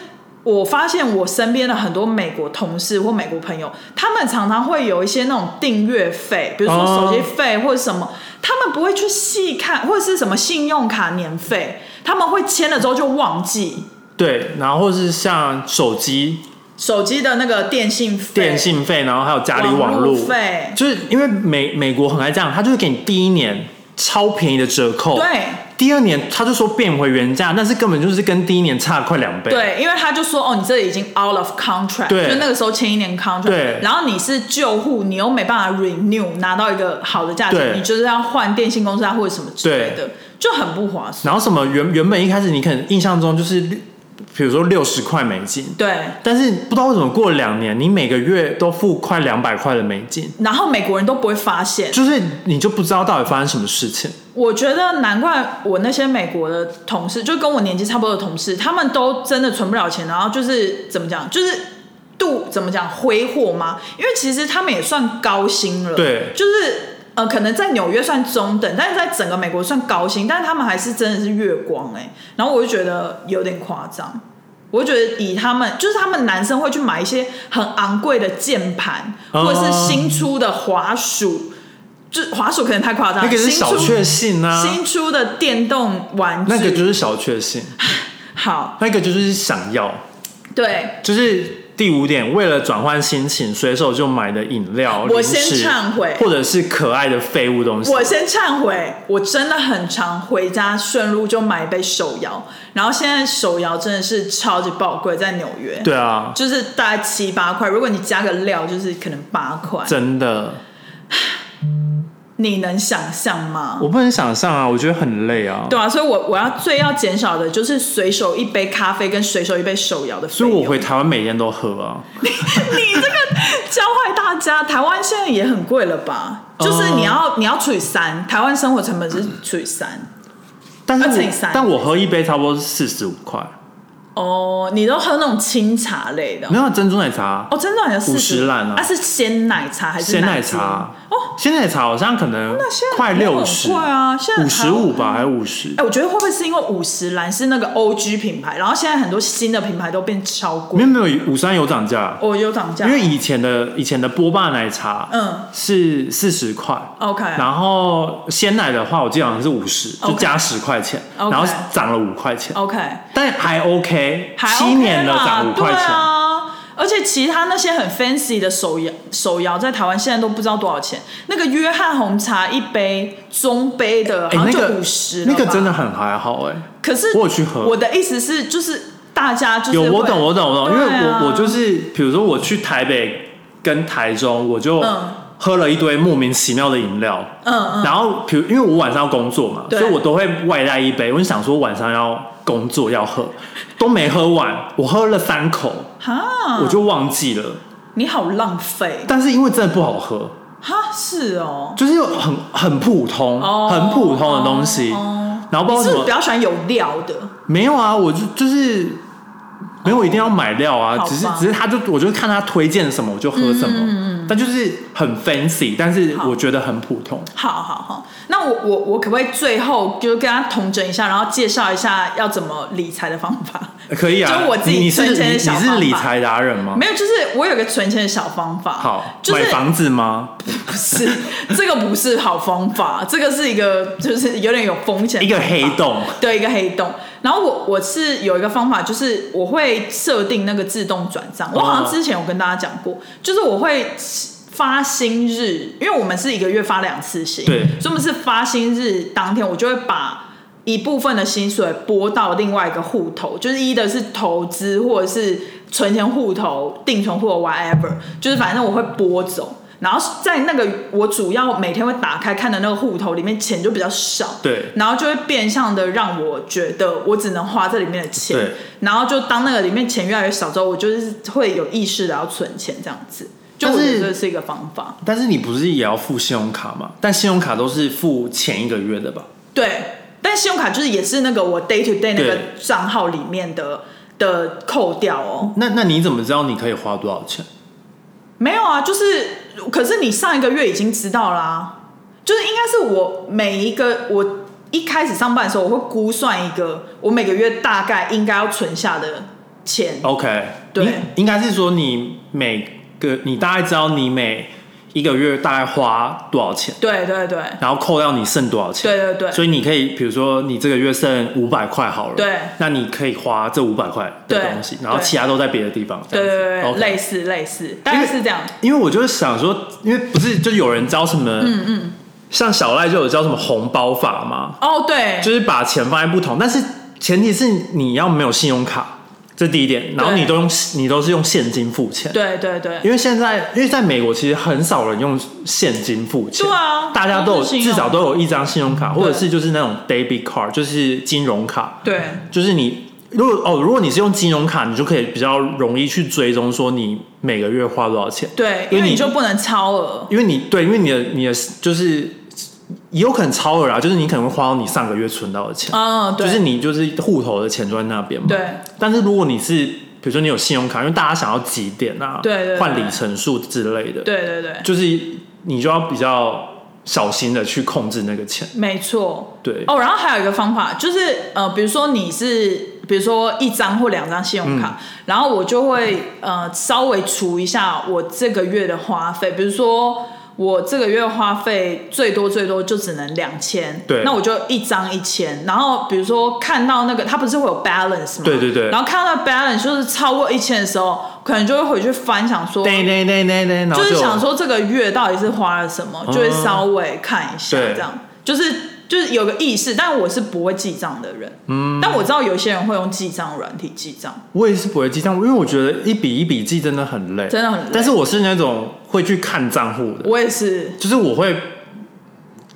Speaker 2: 我发现我身边的很多美国同事或美国朋友，他们常常会有一些那种订阅费，比如说
Speaker 1: 哦
Speaker 2: 手机费或者什么，他们不会去细看，或者是什么信用卡年费，他们会签了之后就忘记
Speaker 1: 对，然后或是像手机
Speaker 2: 手机的那个电信费、
Speaker 1: 电信费，然后还有家里网
Speaker 2: 络
Speaker 1: 络，
Speaker 2: 费，
Speaker 1: 就是因为美美国很爱这样，他就会给你第一年超便宜的折扣，
Speaker 2: 对。
Speaker 1: 第二年他就说变回原价，但是根本就是跟第一年差快两倍。
Speaker 2: 对，因为他就说哦，你这已经 out of contract，
Speaker 1: 对
Speaker 2: 就那个时候签一年 contract，
Speaker 1: 对
Speaker 2: 然后你是旧户，你又没办法 renew 拿到一个好的价钱，
Speaker 1: 对
Speaker 2: 你就是要换电信公司啊或者什么之类的，就很不划算。
Speaker 1: 然后什么原原本一开始你可能印象中就是，比如说六十块美金，
Speaker 2: 对，
Speaker 1: 但是不知道为什么过了两年，你每个月都付快两百块的美金，
Speaker 2: 然后美国人都不会发现，
Speaker 1: 就是你就不知道到底发生什么事情。
Speaker 2: 我觉得难怪我那些美国的同事，就跟我年纪差不多的同事，他们都真的存不了钱，然后就是怎么讲，就是度怎么讲挥霍吗？因为其实他们也算高薪了，
Speaker 1: 对
Speaker 2: 就是呃，可能在纽约算中等，但是在整个美国算高薪，但是他们还是真的是月光哎、然后我就觉得有点夸张。我就觉得以他们，就是他们男生会去买一些很昂贵的键盘，
Speaker 1: 哦
Speaker 2: 或者是新出的滑鼠，就滑鼠可能太夸张，
Speaker 1: 那个是小
Speaker 2: 新出
Speaker 1: 确幸啊，
Speaker 2: 新出的电动玩具，
Speaker 1: 那个就是小确幸，
Speaker 2: 好，
Speaker 1: 那个就是想要，
Speaker 2: 对
Speaker 1: 就是。第五点，为了转换心情，随手就买的饮料、
Speaker 2: 我
Speaker 1: 零食
Speaker 2: 先忏悔
Speaker 1: 或者是可爱的废物东西。
Speaker 2: 我先忏悔，我真的很常回家顺路就买一杯手摇，然后现在手摇真的是超级爆贵，在纽约，
Speaker 1: 对啊，
Speaker 2: 就是大概七八块，如果你加个料，就是可能八块，
Speaker 1: 真的，
Speaker 2: 你能想象吗？
Speaker 1: 我不能想象啊，我觉得很累啊。
Speaker 2: 对啊，所以我我要最要减少的就是随手一杯咖啡跟随手一杯手摇的费
Speaker 1: 所以
Speaker 2: 用。
Speaker 1: 我回台湾每天都喝啊。
Speaker 2: 你这个教坏大家，台湾现在也很贵了吧？就是你要你要除以三，台湾生活成本是除以三。
Speaker 1: 但是
Speaker 2: 啊乘以
Speaker 1: 我
Speaker 2: 三
Speaker 1: 但我喝一杯差不多四十五块，
Speaker 2: 哦，你都喝那种清茶类的
Speaker 1: 没？有啊珍珠奶茶
Speaker 2: 哦，真的好像四
Speaker 1: 50烂啊
Speaker 2: 啊？是鲜奶茶还是
Speaker 1: 鲜奶
Speaker 2: 精
Speaker 1: 茶
Speaker 2: 哦，
Speaker 1: 鲜奶茶好像可能
Speaker 2: 现在
Speaker 1: 快
Speaker 2: 没有
Speaker 1: 六
Speaker 2: 很
Speaker 1: 十，
Speaker 2: 贵啊现在
Speaker 1: 五
Speaker 2: 还
Speaker 1: 十五吧，还是五十？
Speaker 2: 哎，我觉得会不会是因为五十岚是那个 O G 品牌，然后现在很多新的品牌都变超
Speaker 1: 没
Speaker 2: 贵
Speaker 1: 有，没有，五三有涨价，
Speaker 2: 哦，有涨价，
Speaker 1: 因为以前的以前的波霸奶茶，
Speaker 2: 嗯
Speaker 1: 是四十块。
Speaker 2: OK，
Speaker 1: 然后鲜奶的话，我记得好像是五十，就
Speaker 2: OK
Speaker 1: 加十块钱，
Speaker 2: OK
Speaker 1: 然后涨了五块钱，
Speaker 2: OK，
Speaker 1: 但还 OK，
Speaker 2: 还 OK
Speaker 1: 七年了
Speaker 2: 啦
Speaker 1: 涨五块
Speaker 2: 对
Speaker 1: 钱，
Speaker 2: 啊。而且其他那些很 fancy 的手摇手摇，在台湾现在都不知道多少钱。那个约翰红茶一杯中杯的，好
Speaker 1: 哎，那
Speaker 2: 像啊就
Speaker 1: 个
Speaker 2: 五十、
Speaker 1: 那个真的。很还好哎，
Speaker 2: 可是
Speaker 1: 我有去喝
Speaker 2: 我的意思是，就是大家就是
Speaker 1: 有，
Speaker 2: 会
Speaker 1: 我懂，我懂，我懂，因为
Speaker 2: 对啊
Speaker 1: 我我就是，比如说我去台北跟台中，我就
Speaker 2: 嗯
Speaker 1: 喝了一堆莫名其妙的饮料，
Speaker 2: 嗯嗯，
Speaker 1: 然后比如因为我晚上要工作嘛，
Speaker 2: 对
Speaker 1: 所以我都会外带一杯。我就想说晚上要工作要喝，都没喝完，
Speaker 2: 嗯
Speaker 1: 我喝了三口，
Speaker 2: 哈，
Speaker 1: 我就忘记了。
Speaker 2: 你好浪费
Speaker 1: 但是因为真的不好喝，
Speaker 2: 哈，是哦，
Speaker 1: 就是很很普通、
Speaker 2: 哦
Speaker 1: 很普通的东西，
Speaker 2: 哦
Speaker 1: 然后不
Speaker 2: 你
Speaker 1: 知
Speaker 2: 是
Speaker 1: 道为什
Speaker 2: 不是比
Speaker 1: 么
Speaker 2: 较喜欢有料的？
Speaker 1: 没有啊，我就就是。没有，我一定要买料啊！
Speaker 2: 好吧嗯
Speaker 1: 只是，只是他就，我就看他推荐什么，我就喝什么。但就是很 fancy，但是
Speaker 2: 好
Speaker 1: 我觉得很普通。
Speaker 2: 好好好，那我我我可不可以最后就是跟他同整一下，然后介绍一下要怎么理财的方法？
Speaker 1: 可以啊，
Speaker 2: 就我自己
Speaker 1: 你是
Speaker 2: 存钱的
Speaker 1: 你
Speaker 2: 小
Speaker 1: 你
Speaker 2: 方
Speaker 1: 是
Speaker 2: 法
Speaker 1: 理财达人吗？
Speaker 2: 没有，就是我有个存钱的小方法，
Speaker 1: 啊好，
Speaker 2: 就是
Speaker 1: 买房子吗？
Speaker 2: 不是这个不是好方法，这个是一个就是有点有风险的
Speaker 1: 一个
Speaker 2: 方法
Speaker 1: 黑洞，
Speaker 2: 对，一个黑洞。然后我我是有一个方法，就是我会设定那个自动转账。我
Speaker 1: 啊
Speaker 2: 好像之前有跟大家讲过，就是我会发薪日，因为我们是一个月发两次薪，
Speaker 1: 对
Speaker 2: 所以我们是发薪日当天，我就会把。一部分的薪水拨到另外一个户头，就是一的是投资或者是存钱户头、定存户头 whatever，就是反正我会拨走。然后在那个我主要每天会打开看的那个户头里面，钱就比较少，
Speaker 1: 对
Speaker 2: 然后就会变相的让我觉得我只能花这里面的钱
Speaker 1: 对，
Speaker 2: 然后就当那个里面钱越来越少之后，我就是会有意识的要存钱这样子，就
Speaker 1: 但
Speaker 2: 我
Speaker 1: 是
Speaker 2: 觉得这是一个方法。
Speaker 1: 但是你不是也要付信用卡吗？但信用卡都是付前一个月的吧？
Speaker 2: 对，但信用卡就是也是那个我 day to day 那个
Speaker 1: 对
Speaker 2: 账号里面的的扣掉哦，
Speaker 1: 那那你怎么知道你可以花多少钱？
Speaker 2: 没有啊，就是可是你上一个月已经知道啦、就是应该是我每一个我一开始上班的时候，我会估算一个我每个月大概应该要存下的钱。
Speaker 1: OK，
Speaker 2: 对
Speaker 1: 你应该是说你每个你大概知道你每一个月大概花多少钱，
Speaker 2: 对对对
Speaker 1: 然后扣掉你剩多少钱。
Speaker 2: 对对对，
Speaker 1: 所以你可以，比如说你这个月剩五百块好了，
Speaker 2: 对
Speaker 1: 那你可以花这五百块的
Speaker 2: 对
Speaker 1: 东西，然后
Speaker 2: 对
Speaker 1: 其他都在别的地方。这
Speaker 2: 对
Speaker 1: 样子
Speaker 2: 对对对
Speaker 1: OK
Speaker 2: 类似类似，大概是这样。
Speaker 1: 因为我就是想说，因为不是就有人教什么，嗯嗯，像小赖就有教什么红包法嘛，
Speaker 2: 哦，对，
Speaker 1: 就是把钱放在不同，但是前提是你要没有信用卡，这第一点，然后
Speaker 2: 对
Speaker 1: 你都用你都是用现金付钱，
Speaker 2: 对对对，
Speaker 1: 因为现在因为在美国其实很少人用现金付钱，
Speaker 2: 对啊
Speaker 1: 大家都有
Speaker 2: 都是信用
Speaker 1: 至少都有一张信用卡，或者
Speaker 2: 对
Speaker 1: 是就是那种 debit card，就是金融卡，
Speaker 2: 对
Speaker 1: 就是你。如果哦，如果你是用金融卡，你就可以比较容易去追踪说你每个月花多少钱。
Speaker 2: 对，
Speaker 1: 因为
Speaker 2: 因为
Speaker 1: 你
Speaker 2: 你就不能超额。
Speaker 1: 因为你对，因为你的你的就是也有可能超额啦，就是你可能会花到你上个月存到的钱，
Speaker 2: 嗯，
Speaker 1: 就
Speaker 2: 对，
Speaker 1: 是你就是户头的钱就在那边嘛。。
Speaker 2: 对
Speaker 1: 但是如果你是比如说你有信用卡，因为大家想要几点啊，
Speaker 2: 对对对
Speaker 1: 换里程数之类的，，
Speaker 2: 对对对，
Speaker 1: 就是你就要比较小心的去控制那个钱。
Speaker 2: 没错。
Speaker 1: 对，
Speaker 2: 哦，然后还有一个方法就是，呃，比如说你是，比如说一张或两张信用
Speaker 1: 嗯
Speaker 2: 卡，然后我就会呃稍微除一下我这个月的花费，比如说。我这个月花费最多最多就只能两千，
Speaker 1: 对
Speaker 2: 那我就一张一千。然后比如说看到那个，它不是会有 balance 吗？
Speaker 1: 对对对
Speaker 2: 然后看到那 balance 就是超过一千的时候，可能就会回去翻，想说，
Speaker 1: 对对对对对，然后嗯
Speaker 2: 就是想说这个月到底是花了什么，就会稍微看一下，
Speaker 1: 对
Speaker 2: 这样就是就是有个意识。但我是不会记账的人，嗯，但我知道有些人会用记账软体记账，
Speaker 1: 我也是不会记账，因为我觉得一笔一笔记真的很累，
Speaker 2: 真的很累
Speaker 1: 但是我是那种会去看账户的，
Speaker 2: 我也是，
Speaker 1: 就是我会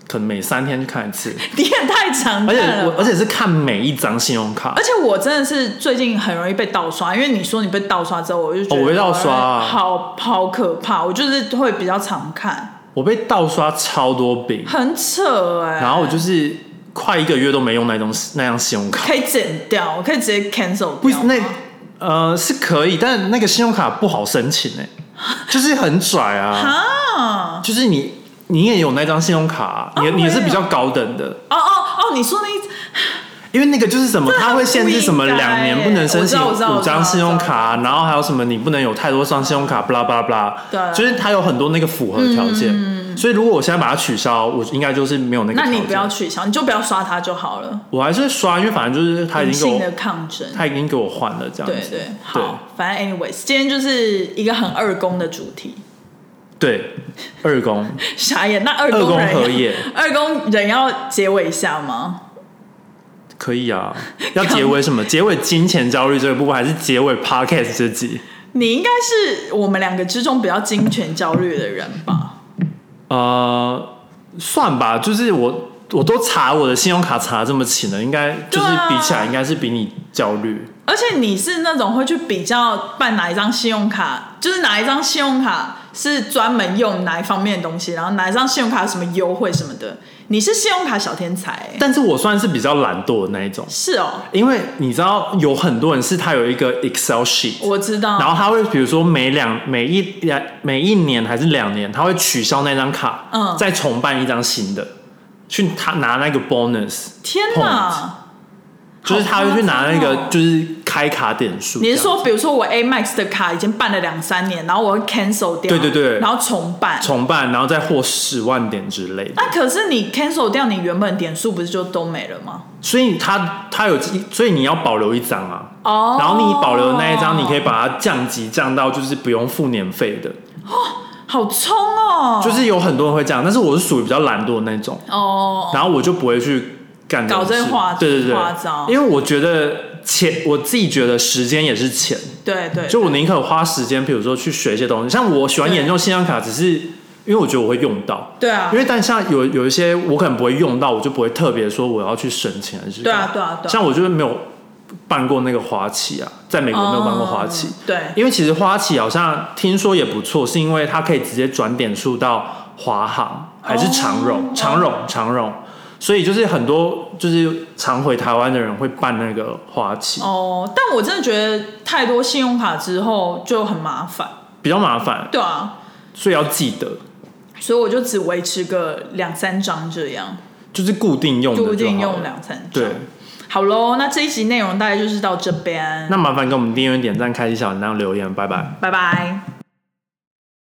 Speaker 1: 可能每三天去看一次，
Speaker 2: 你也太常
Speaker 1: 而
Speaker 2: 看
Speaker 1: 且
Speaker 2: 了
Speaker 1: 我
Speaker 2: 吧。
Speaker 1: 而且是看每一张信用卡
Speaker 2: 而，且我真的是最近很容易被盗刷，因为你说你被盗刷之后，我就觉得、
Speaker 1: 哦我被盗刷啊
Speaker 2: 好好可怕。我就是会比较常看，
Speaker 1: 我被盗刷超多笔，
Speaker 2: 很扯哎、
Speaker 1: 然后我就是快一个月都没用那张那张信用卡，
Speaker 2: 可以剪掉，我可以直接 cancel
Speaker 1: 不
Speaker 2: 掉吗。
Speaker 1: 那呃是可以，但那个信用卡不好申请哎、就是很拽啊，
Speaker 2: 啊，
Speaker 1: 就是你你也有那张信用卡、啊，你、
Speaker 2: 哦
Speaker 1: 你是
Speaker 2: 我也有
Speaker 1: 比较高等的，
Speaker 2: 哦哦哦，你说那一
Speaker 1: 因为那个就是什么，
Speaker 2: 这很
Speaker 1: 它会限制什么
Speaker 2: 不应该
Speaker 1: 两年不能申请
Speaker 2: 我知道我
Speaker 1: 五
Speaker 2: 知道
Speaker 1: 张信用卡
Speaker 2: 我知道我知，道
Speaker 1: 然后还有什么你不能有太多张信用卡，巴拉巴拉巴拉，
Speaker 2: 对啊嗯
Speaker 1: 就是它有很多那个符合的条件。所以如果我现在把它取消，我应该就是没有那个条
Speaker 2: 那
Speaker 1: 件。
Speaker 2: 你不要取消，你就不要刷它就好了。
Speaker 1: 我还是刷，因为反正就是他已
Speaker 2: 隐
Speaker 1: 经
Speaker 2: 性
Speaker 1: 给
Speaker 2: 的
Speaker 1: 我，
Speaker 2: 抗争，
Speaker 1: 他已经给我换了这样
Speaker 2: 对
Speaker 1: 子。
Speaker 2: 对，好，反正 anyways，今天就是一个很二宫的主题。
Speaker 1: 对对二宫，
Speaker 2: 傻眼，那 二
Speaker 1: 二
Speaker 2: 宫
Speaker 1: 宫
Speaker 2: 人
Speaker 1: 合也
Speaker 2: 二宫人要结尾一下吗？
Speaker 1: 可以啊。要结尾 什么？结尾金钱焦虑这个部分，还是结尾 podcast 这集？
Speaker 2: 你应该是我们两个之中比较金钱焦虑的人吧？
Speaker 1: 呃，算吧，就是我我都查我的信用卡查这么勤了，应该
Speaker 2: 啊
Speaker 1: 就是比起来，应该是比你焦虑。
Speaker 2: 而且你是那种会去比较办哪一张信用卡，就是哪一张信用卡是专门用哪一方面的东西，然后哪一张信用卡有什么优惠什么的。你是信用卡小天才、欸
Speaker 1: 但是我算是比较懒惰的那一种，
Speaker 2: 是哦，
Speaker 1: 因为你知道有很多人是他有一个 Excel sheet。
Speaker 2: 我知道。
Speaker 1: 然后他会，比如说每两每一两每一年还是两年，他会取消那张卡，
Speaker 2: 嗯
Speaker 1: 再重办一张新的，去他拿那个 bonus。
Speaker 2: 天哪！
Speaker 1: 就是他会去拿那
Speaker 2: 好夸张
Speaker 1: 个
Speaker 2: 哦
Speaker 1: 就是开卡点数这
Speaker 2: 你
Speaker 1: 样。
Speaker 2: 是说，比如说我 A Max 的卡已经办了两三年，然后我会 cancel 掉，
Speaker 1: 对对对
Speaker 2: 然后重办。
Speaker 1: 重办，然后再获十万点之类的？
Speaker 2: 那可是你 cancel 掉你原本点数，不是就都没了吗？
Speaker 1: 所以他他有，所以你要保留一张啊。
Speaker 2: 哦
Speaker 1: 然后你保留的那一张，你可以把它降级降到就是不用付年费的，
Speaker 2: 哦好冲哦，
Speaker 1: 就是有很多人会这样，但是我是属于比较懒惰的那种，
Speaker 2: 哦，
Speaker 1: 然后我就不会去干种
Speaker 2: 搞这
Speaker 1: 事
Speaker 2: 花
Speaker 1: 对对对
Speaker 2: 花招，
Speaker 1: 因为我觉得钱，我自己觉得时间也是钱，
Speaker 2: 对对，
Speaker 1: 就我宁可花时间，比如说去学一些东西，像我喜欢研究信用卡，只是因为我觉得我会用到，
Speaker 2: 对啊
Speaker 1: 因，为但像有有一些我可能不会用到，我就不会特别说我要去申请还是
Speaker 2: 对啊
Speaker 1: 干嘛
Speaker 2: 对啊对啊，
Speaker 1: 像我就是没有办过那个花旗啊，在美国没有办过花旗，
Speaker 2: 哦对，
Speaker 1: 因为其实花旗好像听说也不错，是因为它可以直接转点数到华航还是长荣、
Speaker 2: 哦
Speaker 1: 长荣、长荣，所以就是很多就是常回台湾的人会办那个花旗，
Speaker 2: 哦，但我真的觉得太多信用卡之后就很麻烦，
Speaker 1: 比较麻烦，
Speaker 2: 对啊，
Speaker 1: 所以要记得
Speaker 2: 所以我就只维持个两三张这样，
Speaker 1: 就是固定用的就好
Speaker 2: 固定
Speaker 1: 了
Speaker 2: 用两三张。
Speaker 1: 对。
Speaker 2: 好喽，那这一集内容大概就是到这边，
Speaker 1: 那麻烦给我们订阅、点赞、开启小铃铛、留言，拜拜。
Speaker 2: 拜拜。